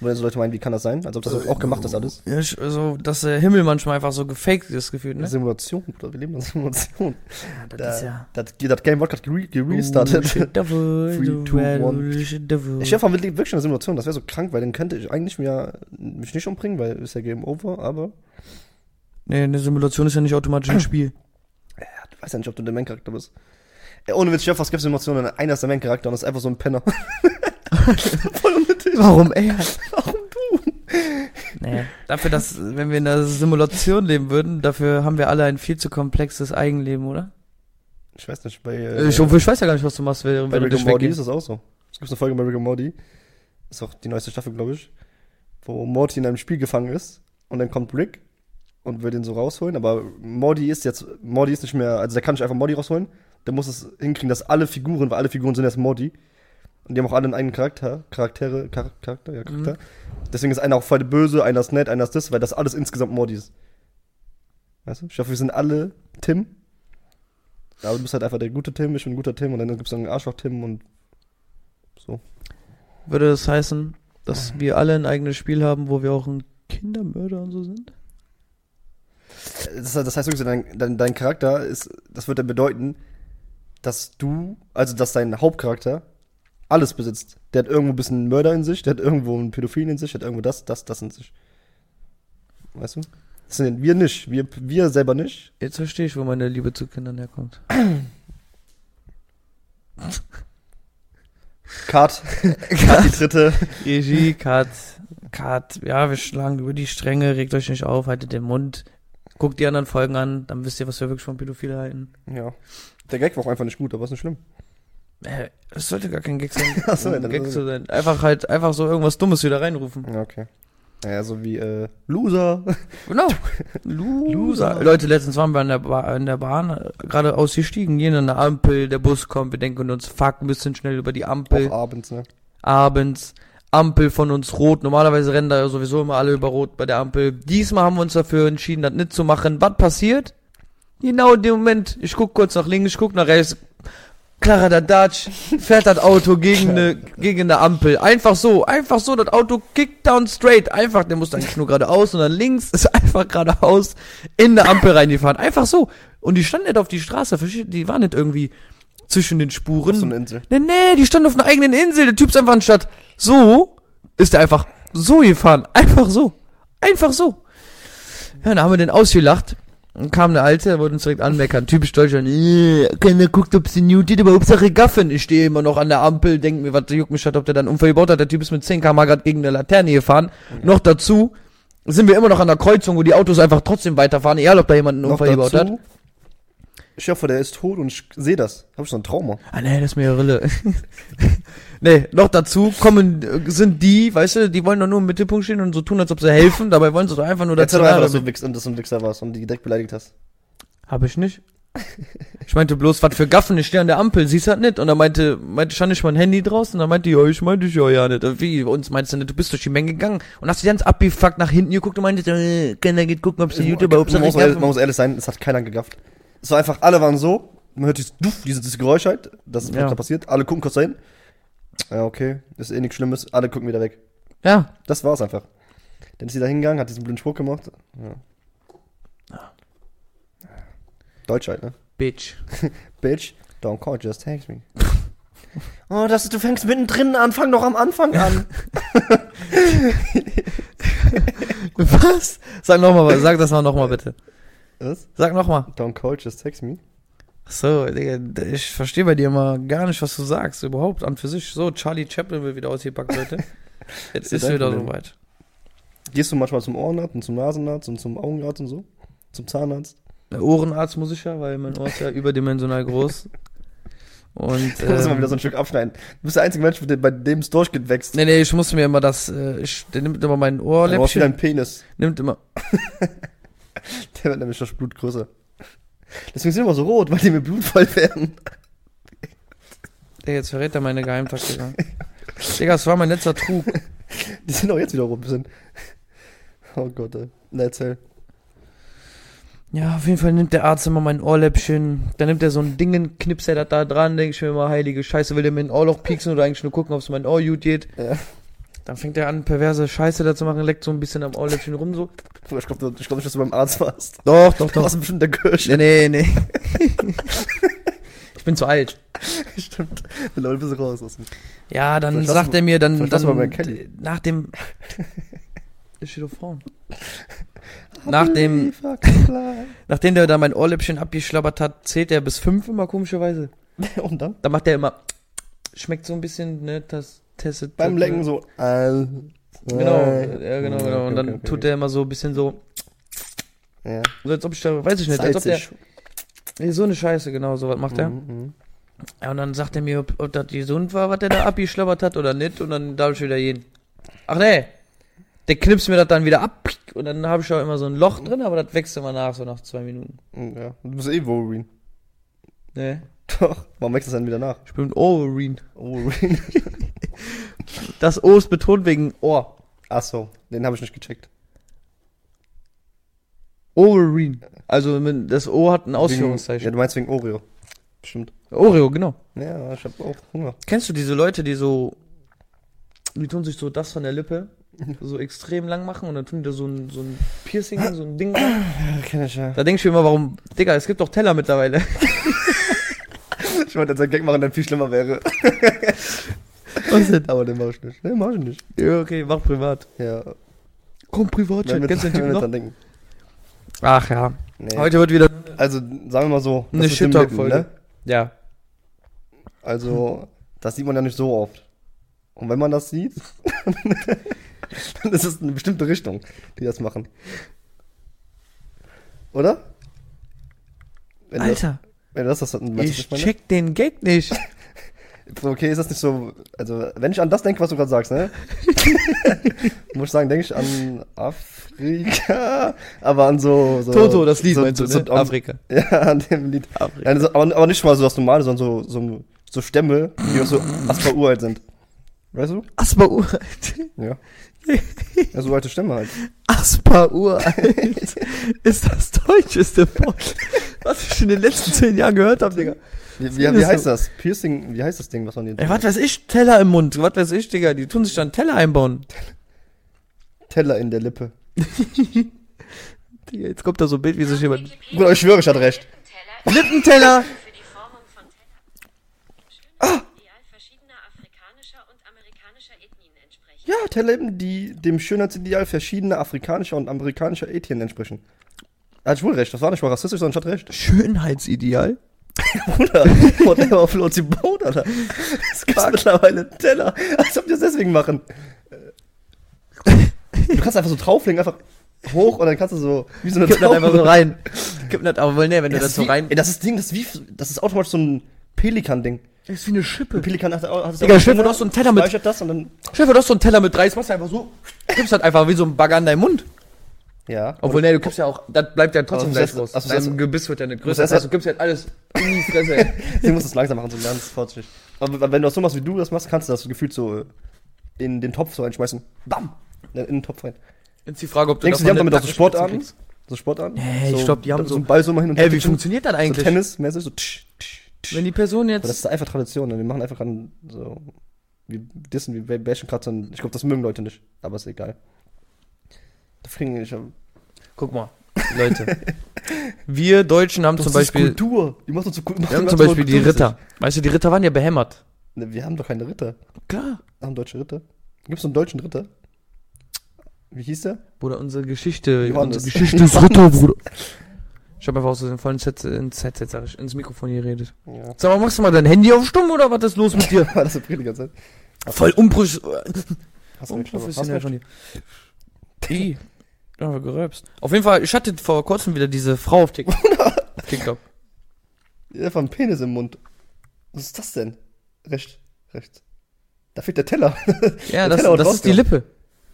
B: Wo dann so Leute meinen, wie kann das sein? Als ob das auch gemacht ist alles.
A: Ja, ich- also, dass der Himmel manchmal einfach so gefaked ist, gefühlt, ne?
B: Simulation, Bruder, wir leben in einer Simulation.
A: das
B: Also Da,
A: ist ja- Oh,
B: Das, das Game wird gerade gere gerestartet. Three, two, one. Ich
A: Ich
B: hoffe, man liegt wirklich in der Simulation. Das wäre so krank, weil dann könnte ich eigentlich mir, mich nicht umbringen, weil ist ja Game Over, aber
A: nee, eine Simulation ist ja nicht automatisch ein Spiel.
B: ja, du weißt ja nicht, ob du der Main-Charakter bist. Ey, ohne Witz, Chef, was gibt's Simulationen? Einer ist der Main-Charakter und ist einfach so ein Penner. Voll unnötig.
A: Warum er? Warum du? Nee. Dafür, dass, wenn wir in einer Simulation leben würden, dafür haben wir alle ein viel zu komplexes Eigenleben, oder?
B: Ich weiß nicht, bei, äh,
A: Äh, ich, ich weiß ja gar nicht, was du machst, wenn,
B: bei
A: wenn du
B: Rick
A: dich
B: and Morty ist
A: weggehst.
B: das auch so. Es gibt eine Folge bei Rick and Morty, ist auch die neueste Staffel, glaube ich, wo Morty in einem Spiel gefangen ist und dann kommt Rick und will den so rausholen. Aber Mordi ist jetzt, Mordi ist nicht mehr, also der kann nicht einfach Mordi rausholen. Der muss es hinkriegen, dass alle Figuren, weil alle Figuren sind jetzt Mordi. Und die haben auch alle einen eigenen Charakter, Charaktere, Char Charakter, ja, Charakter. Deswegen ist einer auch voll böse, einer ist nett, einer ist das, weil das alles insgesamt Mordi ist. Weißt du? Ich hoffe, wir sind alle Tim. Aber du bist halt einfach der gute Tim, ich bin ein guter Tim und dann gibt's noch einen Arschloch-Tim und so.
A: Würde das heißen, dass wir alle ein eigenes Spiel haben, wo wir auch ein Kindermörder und so sind?
B: Das, das heißt wirklich, dein, dein, dein Charakter ist, das wird dann bedeuten, dass du, also dass dein Hauptcharakter alles besitzt. Der hat irgendwo ein bisschen einen Mörder in sich, der hat irgendwo einen Pädophilen in sich, der hat irgendwo das, das, das in sich. Weißt du? Das sind wir nicht, wir, wir selber nicht.
A: Jetzt verstehe ich, wo meine Liebe zu Kindern herkommt.
B: Kat, Kat die dritte.
A: Regie, Cut, Cut. Ja, wir schlagen über die Stränge, regt euch nicht auf, haltet den Mund. Guckt die anderen Folgen an, dann wisst ihr, was wir wirklich von Pädophile halten.
B: Ja. Der Gag war auch einfach nicht gut, aber ist nicht schlimm.
A: Äh, Es sollte gar kein Gag sein.
B: Ach so,
A: um
B: dann-
A: Gag zu sein. Einfach halt, einfach so irgendwas Dummes wieder reinrufen.
B: Ja, okay. Naja, so wie äh, Loser.
A: Genau. Loser. Leute, letztens waren wir an der, ba in der Bahn, äh, gerade ausgestiegen, gehen an der Ampel, der Bus kommt, wir denken uns, fuck, müssen schnell über die Ampel.
B: Auch abends, ne?
A: abends. Ampel von uns rot. Normalerweise rennen da sowieso immer alle über rot bei der Ampel. Diesmal haben wir uns dafür entschieden, das nicht zu machen. Was passiert? Genau in dem Moment. Ich guck kurz nach links, ich guck nach rechts. Clara der Dutch fährt das Auto gegen eine gegen eine Ampel. Einfach so, einfach so. Das Auto kickt down straight. Einfach, der muss eigentlich nur geradeaus und dann links ist einfach geradeaus in eine Ampel reingefahren. Einfach so. Und die standen nicht auf die Straße. versteht- Die waren nicht irgendwie zwischen den Spuren.
B: So eine Insel.
A: Nee, nee, die standen auf einer eigenen Insel. Der Typ ist einfach anstatt so, ist er einfach so gefahren. Einfach so. Einfach so. Ja, dann haben wir den ausgelacht. Dann kam eine Alte, wollte uns direkt anmeckern. Typisch Deutschland. "Äh, Keiner guckt, ob sie nude geht, aber Hauptsache gaffen. Ich stehe immer noch an der Ampel, denk mir, was juckt mich hat, ob der dann Unfall gebaut hat. Der Typ ist mit 10 km gerade gegen eine Laterne gefahren. Noch dazu sind wir immer noch an der Kreuzung, wo die Autos einfach trotzdem weiterfahren, egal ob da jemand einen
B: Noch
A: Unfall gebaut hat.
B: dazu, ich hoffe, der ist tot und ich sehe das. Hab ich so ein Trauma.
A: Ah, nee, das ist mir Rille. nee, noch dazu kommen, äh, sind die, weißt du, die wollen doch nur im Mittelpunkt stehen und so tun, als ob sie helfen, dabei wollen sie doch einfach nur dazu
B: Erzähl doch einfach, dass
A: Habe
B: du ein Wichs- und dass du ein Wichser warst und die direkt beleidigt hast.
A: Hab ich nicht. Ich meinte bloß, was für Gaffen, ich stehe an der Ampel, siehst halt nicht. Und dann meinte, meinte, stand ich mein Handy draußen, dann meinte, die, ja, ich meinte ich ja ja nicht. Und Wie, uns meinst du nicht, du bist durch die Menge gegangen. Und hast dich ganz abgefuckt nach hinten geguckt und meinte, äh, keiner geht gucken, ob sie YouTuber, ob sie
B: man, muss ehrlich, man
A: Gaffen.
B: muss ehrlich sein, es hat keiner gegafft. Es war einfach, alle waren so, man hört dieses, Duff, dieses, dieses Geräusch halt, das ist was
A: Ja.
B: da passiert, alle gucken kurz dahin. Ja, okay, ist eh nichts Schlimmes, alle gucken wieder weg.
A: Ja,
B: Das war's einfach. Dann ist sie da hingegangen, hat diesen blöden Spruch gemacht. Ja. Deutsch halt, ne?
A: Bitch.
B: Bitch, don't call, just text me. oh, das, du fängst mittendrin an, fang doch am Anfang an.
A: Was? Sag nochmal, sag das mal nochmal bitte.
B: Was?
A: Sag nochmal.
B: Don't call, just text me.
A: So, Digga, d- ich verstehe bei dir mal gar nicht, was du sagst. Überhaupt an für sich. So, Charlie Chaplin wird wieder ausgepackt, Leute. Jetzt ist
B: Ist ja dein
A: wieder
B: Problem.
A: soweit.
B: Gehst du manchmal zum Ohrenarzt und zum Nasenarzt und zum Augenarzt und so? Zum Zahnarzt?
A: Der Ohrenarzt muss ich ja, weil mein Ohr ist ja überdimensional groß. Und.
B: Da muss man wieder so
A: Ähm,
B: ein Stück abschneiden. Du bist der einzige Mensch, mit dem- bei dem es durchgeht, wächst.
A: nee, nee, ich muss mir immer das. Äh, ich, der nimmt immer mein
B: Du brauchst wieder
A: Ohrläppchen.
B: einen Penis.
A: Nimmt immer.
B: Der wird nämlich das Blut größer. Deswegen sind wir immer so rot, weil die mit Blut voll werden.
A: Ey, jetzt verrät er meine Geheimtaktik. ne? Digga, das war mein letzter Trug.
B: Die sind auch jetzt wieder rot ein bisschen. Oh Gott, ey. Na, erzähl.
A: Ja, auf jeden Fall nimmt der Arzt immer mein Ohrläppchen. Dann nimmt er so ein Dingen, knipst er das da dran, denke ich mir immer, heilige Scheiße, will der mir ein Ohrloch pieksen oder eigentlich nur gucken, ob es mein Ohr gut geht.
B: Ja.
A: Dann fängt er an, perverse Scheiße da zu machen, leckt so ein bisschen am Ohrläppchen rum, so.
B: Boah, Ich glaube ich glaub nicht, dass du beim Arzt warst.
A: Doch, doch,
B: Du warst bestimmt in der Kirche.
A: nee, nee, nee. ich bin zu alt.
B: Stimmt. Wenn Leute ein bisschen raus aus dem-
A: Ja, dann
B: Vielleicht lassen
A: sagt
B: wir-
A: er mir, dann,
B: vielleicht lassen wir mal
A: dann
B: Kelly.
A: nach dem... Das steht auf Frauen. Nach dem... Nachdem der da mein Ohrläppchen abgeschlabbert hat, zählt er bis fünf immer komischerweise.
B: Und dann?
A: Da macht er immer, schmeckt so ein bisschen, ne, das testet.
B: Beim Lecken so. Äh,
A: Genau, ja, genau, genau. Und dann tut er immer so ein bisschen so,
B: der. Ja.
A: so als ob ich da, weiß ich nicht, als ob der,
B: Salzig.
A: nee, so eine Scheiße, genau, so was macht er.
B: Mhm,
A: Ja, und dann sagt er mir, ob, ob das gesund war, was der da abgeschlabbert hat oder nicht, und dann darf ich wieder gehen. Ach nee, Der knipst mir das dann wieder ab piek, und dann habe ich auch immer so ein Loch drin, aber das wächst immer nach, so nach zwei Minuten.
B: Ja, du bist eh Wolverine.
A: Ne?
B: Doch, warum wächst das dann wieder nach?
A: Ich bin Overeen.
B: Wolverine.
A: Das O ist betont wegen Ohr.
B: Ach so, den habe ich nicht gecheckt.
A: Overeen. Also mit- das O hat ein
B: Wegen, ja,
A: Ausführungszeichen.
B: du meinst wegen Oreo. Bestimmt.
A: Oreo, genau.
B: Ja, ich habe auch Hunger.
A: Kennst du diese Leute, die so, die tun sich so das von der Lippe so extrem lang machen und dann tun die da so ein, so ein Piercing, so ein Ding rein?
B: Ja, kenn ich ja.
A: Da denke ich mir immer, warum, Digga, es gibt doch Teller mittlerweile.
B: Ich wollte jetzt einen Gag machen, der viel schlimmer wäre.
A: Was denn?
B: Aber den mach ich nicht. Nee, mach ich nicht.
A: Ja, okay, mach privat.
B: Ja.
A: Komm,
B: Wenn
A: Privatchat,
B: wir,
A: kennst du den
B: wenn
A: Typen
B: wir
A: noch?
B: dran denken.
A: Ach ja.
B: Nee.
A: Heute wird wieder
B: also, sagen wir mal so. das
A: eine
B: mit den
A: Shit-Talk-Folge.
B: Lippen, ne?
A: Ja.
B: Also, das sieht man ja nicht so oft. Und wenn man das sieht, dann ist es eine bestimmte Richtung, die das machen. Oder? Wenn du-
A: Alter,
B: wenn du das, das, weißt du, was
A: ich
B: meine?
A: check den Gag nicht.
B: Okay, ist das nicht so. Also, wenn ich an das denke, was du gerade sagst, ne? Muss ich sagen, denke ich an Afrika. Aber an so. so
A: Toto, das Lied
B: so,
A: meinst du,
B: so,
A: ne?
B: an-
A: Afrika.
B: Ja, an dem Lied.
A: Afrika.
B: Nein, so, aber, aber nicht mal so das Normale, sondern so, so, so Stämme, die auch so erstmal uralt sind. Weißt du?
A: Asper uralt.
B: Ja. Ja, so alte Stämme halt.
A: Asper uralt. ist das deutscheste Wort, was ich in den letzten zehn Jahren gehört habe, Digga.
B: Wie, wie, wie heißt das? Piercing, wie heißt das Ding, was man
A: Ey,
B: hier.
A: was weiß ich, Teller im Mund, was weiß ich, Digga, die tun sich dann Teller einbauen.
B: Teller in der Lippe.
A: Digga, jetzt kommt da so ein Bild, wie sich jemand...
B: Bruder, ich schwöre, ich hatte recht.
A: Lippenteller!
D: Für die Formung von Tellern. Ideal verschiedener afrikanischer und amerikanischer Ethnien entsprechen.
B: Ja, Teller eben, die dem Schönheitsideal verschiedener afrikanischer und amerikanischer Ethien entsprechen. Hatte ich wohl recht, das war nicht mal rassistisch, sondern ich hatte recht.
A: Schönheitsideal?
B: Bruder, whatever floats your boat, Alter. Es gibt mittlerweile einen Teller, als ob die das deswegen machen. Du kannst einfach so drauflegen, einfach hoch und dann kannst du so, wie so eine
A: Kippt das
B: Taufe-
A: einfach so rein. Kippt das, aber wohl, ne, wenn du
B: Genau.
A: Genau. das
B: Das, ist
A: so
B: wie,
A: rein...
B: ey, das ist Ding, das ist wie, das ist automatisch so ein Pelikan-Ding.
A: Das ist wie eine Schippe.
B: Ein Pelikan hat, hat auch
A: Digga,
B: einen
A: stell dir vor, du hast so einen Teller mit-
B: speichert das und dann,
A: Stell dir vor, du hast so einen Teller mit Reis, machst einfach so, kippst das einfach wie so ein Bagger in deinen Mund.
B: ja.
A: Obwohl, nee, du kippst ja auch, das bleibt ja trotzdem
B: Aber
A: gleich
B: das-
A: raus.
B: also
A: Also,
B: das-
A: Dein Gebiss wird ja nicht
B: das-
A: größer. Das heißt, du kippst ja alles in die Fresse. ey.
B: Sie muss das langsam machen, so ganz fortschrittlich. Aber wenn du das so machst, wie du das machst, kannst du das gefühlt so äh, in den Topf so reinschmeißen. Bam! In in den Topf rein.
A: Jetzt die Frage, ob du
B: Denkst du, die haben damit auch so Sportarten? So Sportarten?
A: Nee,
B: so,
A: ich glaub, die haben
B: da-
A: so-
B: einen Ball so mal hin und
A: Ey, wie
B: titschen.
A: funktioniert das
B: So
A: eigentlich?
B: Tennismäßig, so tsch, tsch, tsch.
A: Wenn die Person
B: Aber das
A: jetzt.
B: ist einfach Tradition, ne? wir machen einfach gerade so, wir dissen, wir bashen gerade so ein, ich glaube, das mögen Leute nicht, aber ist egal. Da kriegen ich,
A: Guck mal, Leute. Wir Deutschen haben zum Beispiel.
B: Kultur, die machen uns so Kultur.
A: Wir haben zum Beispiel die Ritter. Weißt du, die Ritter waren ja behämmert.
B: Ne, wir haben doch keine Ritter.
A: Klar.
B: Haben deutsche Ritter? Gibt's einen deutschen Ritter? Wie hieß der?
A: Bruder, unsere Geschichte.
B: Johannes.
A: Unsere Geschichte ist Ritter, Bruder. Ich hab einfach aus den vollen Set, ins Headset, sag ich, ins Mikrofon geredet.
B: Ja.
A: Sag mal, machst du mal dein Handy auf stumm oder was ist los mit dir?
B: War das ist die ganze Zeit?
A: Voll unprofes-
B: Hast du recht, Schaffer, hast du
A: unprofessionell
B: recht.
A: von dir. I. Da haben wir geröpst. Auf jeden Fall, ich hatte vor kurzem wieder diese Frau auf TikTok. Auf TikTok.
B: Ja, Einfach ein Penis im Mund. Was ist das denn? Rechts, rechts. Da fehlt der Teller.
A: Ja,
B: Der
A: das,
B: Teller wurde
A: das ist die
B: rausgenommen.
A: Lippe.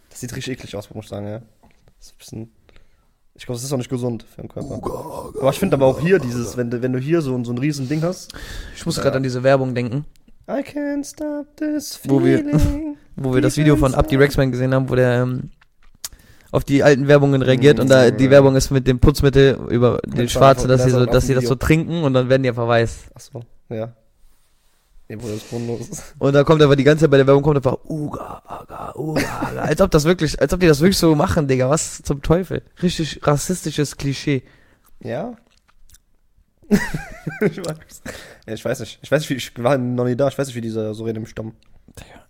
B: Das sieht richtig eklig aus, muss ich sagen, ja. Das ist ein bisschen. Ich glaube, das ist auch nicht gesund für den Körper. aber ich finde aber auch hier dieses, wenn du, wenn du hier so, ein- so ein riesen Ding hast.
A: Ich muss gerade an diese Werbung denken,
B: I can't stop this
A: Wo wir-
B: feeling.
A: wo wir das Video von Abdi Rexman gesehen haben, wo der ähm, auf die alten Werbungen reagiert und da die Werbung ist mit dem Putzmittel über den
B: Mhm. Mit
A: Schwarzen, dass sie
B: Schwarz-
A: so,
B: auf
A: dass
B: dem
A: sie das so
B: Video.
A: trinken und dann werden die einfach weiß.
B: Achso, ja. Nee, Bruder, das ist bodenlos.
A: Und da kommt einfach die ganze Zeit bei der Werbung kommt einfach Uga, Aga, Uga, Aga. als ob das wirklich, als ob die das wirklich so machen, Digga. Was zum Teufel? Richtig rassistisches Klischee.
B: Ja? ich weiß. Ja, ich weiß nicht. Ich weiß nicht, wie, ich war noch nie da. Ich weiß nicht, wie dieser so redet im Stamm.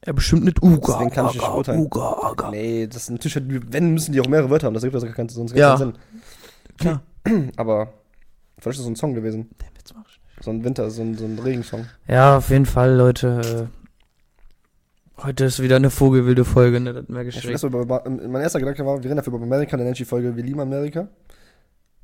A: Ja, bestimmt nicht Uga.
B: Deswegen kann ich nicht
A: Aga,
B: beurteilen.
A: Uga, Aga.
B: Ah. Nee, das ist natürlich, wenn, müssen die auch mehrere Wörter haben. Das ergibt also gar keinen, sonst gar
A: Ja.
B: keinen
A: Klar.
B: Sinn. Aber, vielleicht ist das so ein Song gewesen. So ein Winter, so ein, so ein Regensong.
A: Ja, auf jeden Fall, Leute. äh, Heute ist wieder eine vogelwilde Folge, ne? Das merke ich
B: Ich
A: schon.
B: will erst mal über, ähm, mein erster Gedanke war, wir reden dafür über Amerika, in der Energy-Folge, wir lieben Amerika.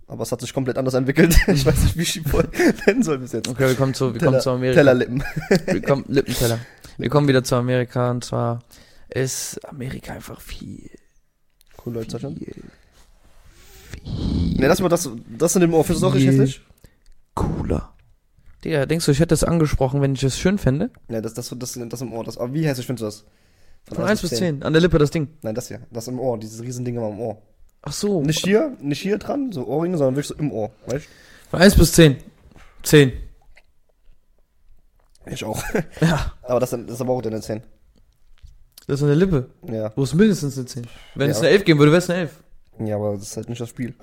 B: Aber es hat sich komplett anders entwickelt. Ich weiß nicht, wie ich die Folge nennen soll bis jetzt.
A: Okay, wir kommen zu, wir
B: Teller-
A: kommen zu Amerika.
B: Tellerlippen.
A: Wir kommen, Lippenteller. Wir kommen wieder zu Amerika und zwar ist Amerika einfach viel
B: Cool, Leute, Deutschland. Ne, lass mal das, das in dem Office ist auch richtig
A: Viel.
B: hässlich.
A: Cooler. Digga, denkst du, ich hätte es angesprochen, wenn ich es schön fände?
B: Ne, das, das, das, das im Ohr. Das, aber wie hässlich findest du das?
A: Von 1 bis 10. An der Lippe das Ding.
B: Nein, das hier. Das im Ohr. Dieses Riesending immer im Ohr.
A: Ach so.
B: Nicht hier, nicht hier dran, so Ohrringe, sondern wirklich so im Ohr. Weißt
A: Von 1 bis 10. 10.
B: du? Ich auch.
A: Ja.
B: aber das, das ist aber auch deine 10.
A: Das ist an der Lippe.
B: Ja.
A: Du hast mindestens eine 10. Wenn es
B: Ja.
A: eine 11 geben würde, wäre es eine 11.
B: Ja, aber das ist halt nicht das Spiel.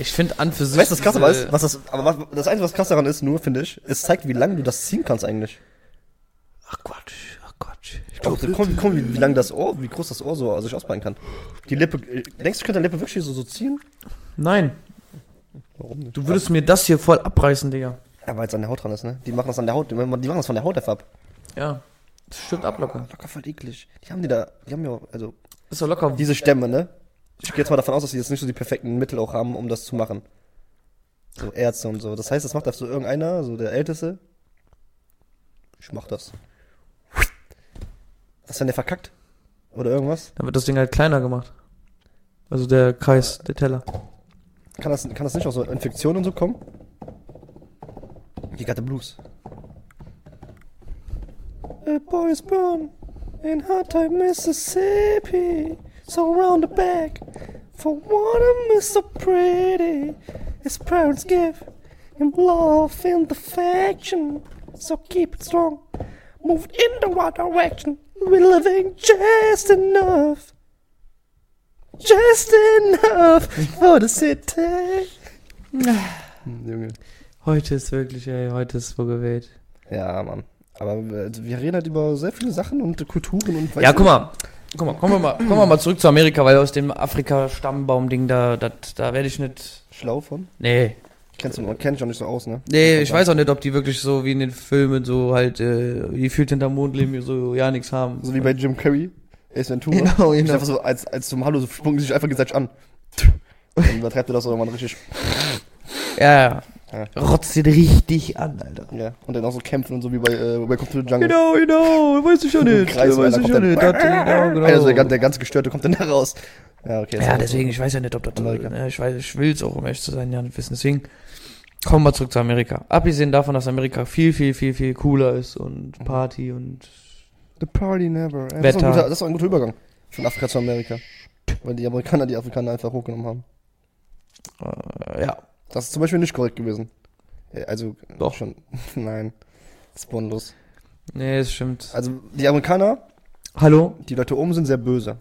A: Ich finde an für sich.
B: Weißt du, was krass aber
A: diese-
B: ist? Was das, aber was, das Einzige, was krass daran ist, nur, finde ich, es zeigt, wie lange du das ziehen kannst eigentlich.
A: Ach Quatsch, ach Quatsch. Ich
B: Auch,
A: glaube,
B: so, komm, komm, wie, wie lang das Ohr, wie groß das Ohr so äh, sich ausbreiten kann. Die Lippe, äh, denkst du, ich könnte die Lippe wirklich so, so ziehen?
A: nein.
B: Warum nicht?
A: Du würdest mir das hier voll abreißen, Digga.
B: Ja, weil es an der Haut dran ist, ne? Die machen das an der Haut, die machen die machen das von der Haut einfach ab.
A: Ja. Das stimmt ablockern.
B: Ah, Locker voll eklig. Die haben die da, die haben ja, auch- also,
A: Ist doch locker.
B: diese Stämme, ne? Ich gehe jetzt mal davon aus, dass die jetzt nicht so die perfekten Mittel auch haben, um das zu machen. So Ärzte und so. Das heißt, das macht einfach so irgendeiner, so der Älteste. Ich mach das. Was wenn der verkackt? Oder irgendwas?
A: Dann wird das Ding halt kleiner gemacht. Also der Kreis, der Teller.
B: Kann das, kann das nicht auch so Infektionen und so kommen? You got the blues. A boy is born in hard time Mississippi. So round the back for what is so pretty. His parents give him love and affection. So keep it strong. Move it in the right direction. We're living just enough. Just enough for the city. Junge.
A: Heute ist wirklich, ey, heute ist so gewählt.
B: Ja, Mann. Aber äh, wir reden halt über sehr viele Sachen und Kulturen und
A: Ja, guck mal. Guck mal, kommen wir mal, kommen wir mal zurück zu Amerika, weil aus dem Afrika-Stammbaum-Ding da, dat, da werde ich nicht.
B: Schlau von.
A: Nee.
B: Kennst du kenn ich auch nicht so aus, ne?
A: Nee, ich weiß auch nicht, ob die wirklich so wie in den Filmen so halt, äh, gefühlt hinterm Mond leben, so ja nichts haben.
B: So wie bei Jim Carrey, Ace Ventura.
A: Genau,
B: Ich
A: genau.
B: einfach so, als, als zum Hallo so sprungen die sich einfach gegenseitig an. Dann übertreibt er das irgendwann richtig.
A: Ja, ja.
B: Ja.
A: Rotzt den richtig an, Alter.
B: Ja. Und dann auch so kämpfen und so wie bei äh, Welcome to the Jungle.
A: Genau, genau, weiß ich ja nicht.
B: Kreis,
A: weiß
B: einer
A: ich
B: kommt
A: ja
B: dann-
A: nicht. Das, genau, genau.
B: Also der, gan- der ganz gestörte kommt dann da raus. Ja, okay.
A: ja,
B: sorry.
A: deswegen, ich weiß ja nicht, ob das.
B: Amerika.
A: Ne, ich weiß, ich will's auch, um ehrlich zu sein, ja nicht wissen. Deswegen, kommen wir zurück zu Amerika. Abgesehen davon, dass Amerika viel, viel, viel, viel cooler ist und
B: Mhm.
A: Party und.
B: The party never. Ja, das, ist
A: Wetter.
B: ein guter, das ist ein guter Übergang. Von Afrika zu Amerika. Weil die Amerikaner die Afrikaner einfach hochgenommen haben.
A: Äh, ja.
B: Das ist zum Beispiel nicht korrekt gewesen. Äh, Also,
A: Doch.
B: schon. Nein. Das ist bodenlos.
A: Nee, das stimmt.
B: Also, die Amerikaner,
A: Hallo?
B: die Leute oben sind sehr böse.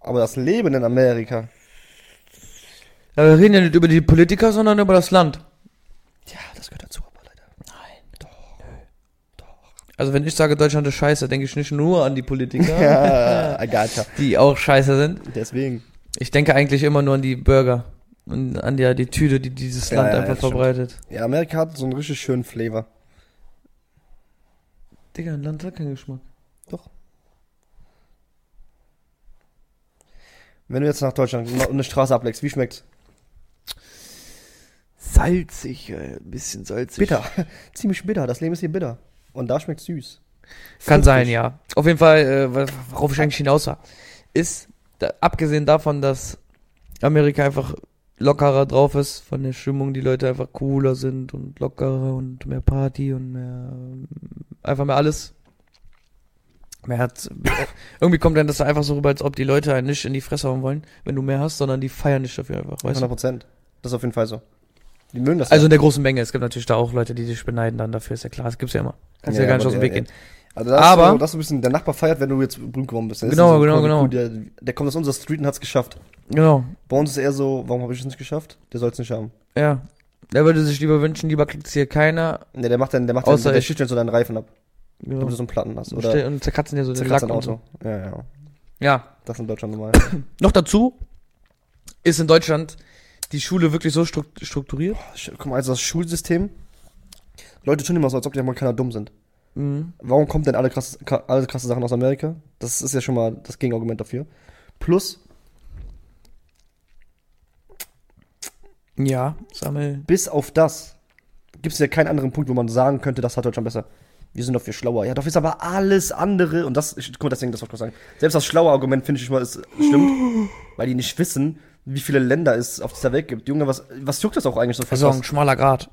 B: Aber das Leben in Amerika,
A: Ja, Äh, wir reden ja nicht über die Politiker, sondern über das Land.
B: ja, das gehört dazu, aber leider.
A: Also, wenn ich sage, Deutschland ist scheiße, denke ich nicht nur an die Politiker,
B: Ja, I gotcha.
A: die auch scheiße sind.
B: Deswegen.
A: Ich denke eigentlich immer nur an die Burger und an die Attitüde, die dieses
B: Ja,
A: Land
B: ja,
A: einfach
B: das stimmt.
A: verbreitet.
B: Ja, Amerika hat so einen richtig schönen Flavor.
A: Digga, ein Land hat keinen Geschmack.
B: Wenn du jetzt nach Deutschland und eine Straße ableckst, wie schmeckt's?
A: Salzig, äh, ein bisschen salzig.
B: Bitter. Ziemlich bitter. Das Leben ist hier bitter. Und da schmeckt's süß.
A: Kann
B: Fruchtig.
A: sein, ja. Auf jeden Fall, äh, wa- worauf ich eigentlich hinaus war, ist, da, abgesehen davon, dass Amerika einfach lockerer drauf ist von der Stimmung, die Leute einfach cooler sind und lockerer und mehr Party und mehr, ähm, einfach mehr alles. Mehr hat, äh, irgendwie kommt dann das einfach so rüber, als ob die Leute einen nicht in die Fresse hauen wollen, wenn du mehr hast, sondern die feiern dich dafür einfach, weißt
B: 100
A: du?
B: Prozent. Das ist auf jeden Fall so. Die mögen das.
A: Also in der großen Menge, es gibt natürlich da auch Leute, die dich beneiden dann dafür, ist ja klar, das gibt's ja immer. Kannst ja,
B: Ja,
A: gar nicht aus
B: aber
A: dem
B: der-
A: Weg gehen.
B: Also das
A: Aber-
B: ist so, das ist ein bisschen, der Nachbar feiert, wenn du jetzt berühmt geworden bist. Das ist
A: Genau,
B: so
A: genau,
B: cool,
A: genau.
B: cool, Der, der kommt aus unserer Street und hat's geschafft.
A: Genau,
B: Bei uns ist eher so, warum habe ich es nicht geschafft? Der soll's nicht haben.
A: Ja. Der würde sich lieber wünschen, lieber klickt's hier keiner.
B: Ne, der macht dann, der macht
A: Außer
B: dann, der
A: ich-
B: schüttelt so deinen Reifen ab,
A: Genau.
B: damit du so einen Platten hast.
A: Und
B: Oder
A: ste- und zerkratzen dir so den
B: zerkratzt
A: Lack
B: dein
A: und so.
B: Auto. Ja, ja.
A: Ja.
B: Das ist in Deutschland normal.
A: Noch dazu ist in Deutschland die Schule wirklich so struk- strukturiert.
B: Sch- Guck mal, also das Schulsystem. Leute tun immer so, als ob die Amerikaner dumm sind.
A: Mhm.
B: Warum kommen denn alle krasse, ka- alle krasse Sachen aus Amerika? Das ist ja schon mal das Gegenargument dafür.
A: Ja,
B: Plus,
A: sammeln.
B: bis auf das gibt es ja keinen anderen Punkt, wo man sagen könnte, das hat Deutschland besser. wir sind doch viel schlauer. Ja, doch ist aber alles andere. Und das, ich, guck mal, deswegen, das wollte ich kurz sagen. Selbst das schlaue Argument finde ich schon mal ist stimmt, weil die nicht wissen, wie viele Länder es auf dieser Welt gibt. Junge, was, was juckt das auch eigentlich so für
A: Also ein schmaler Grad.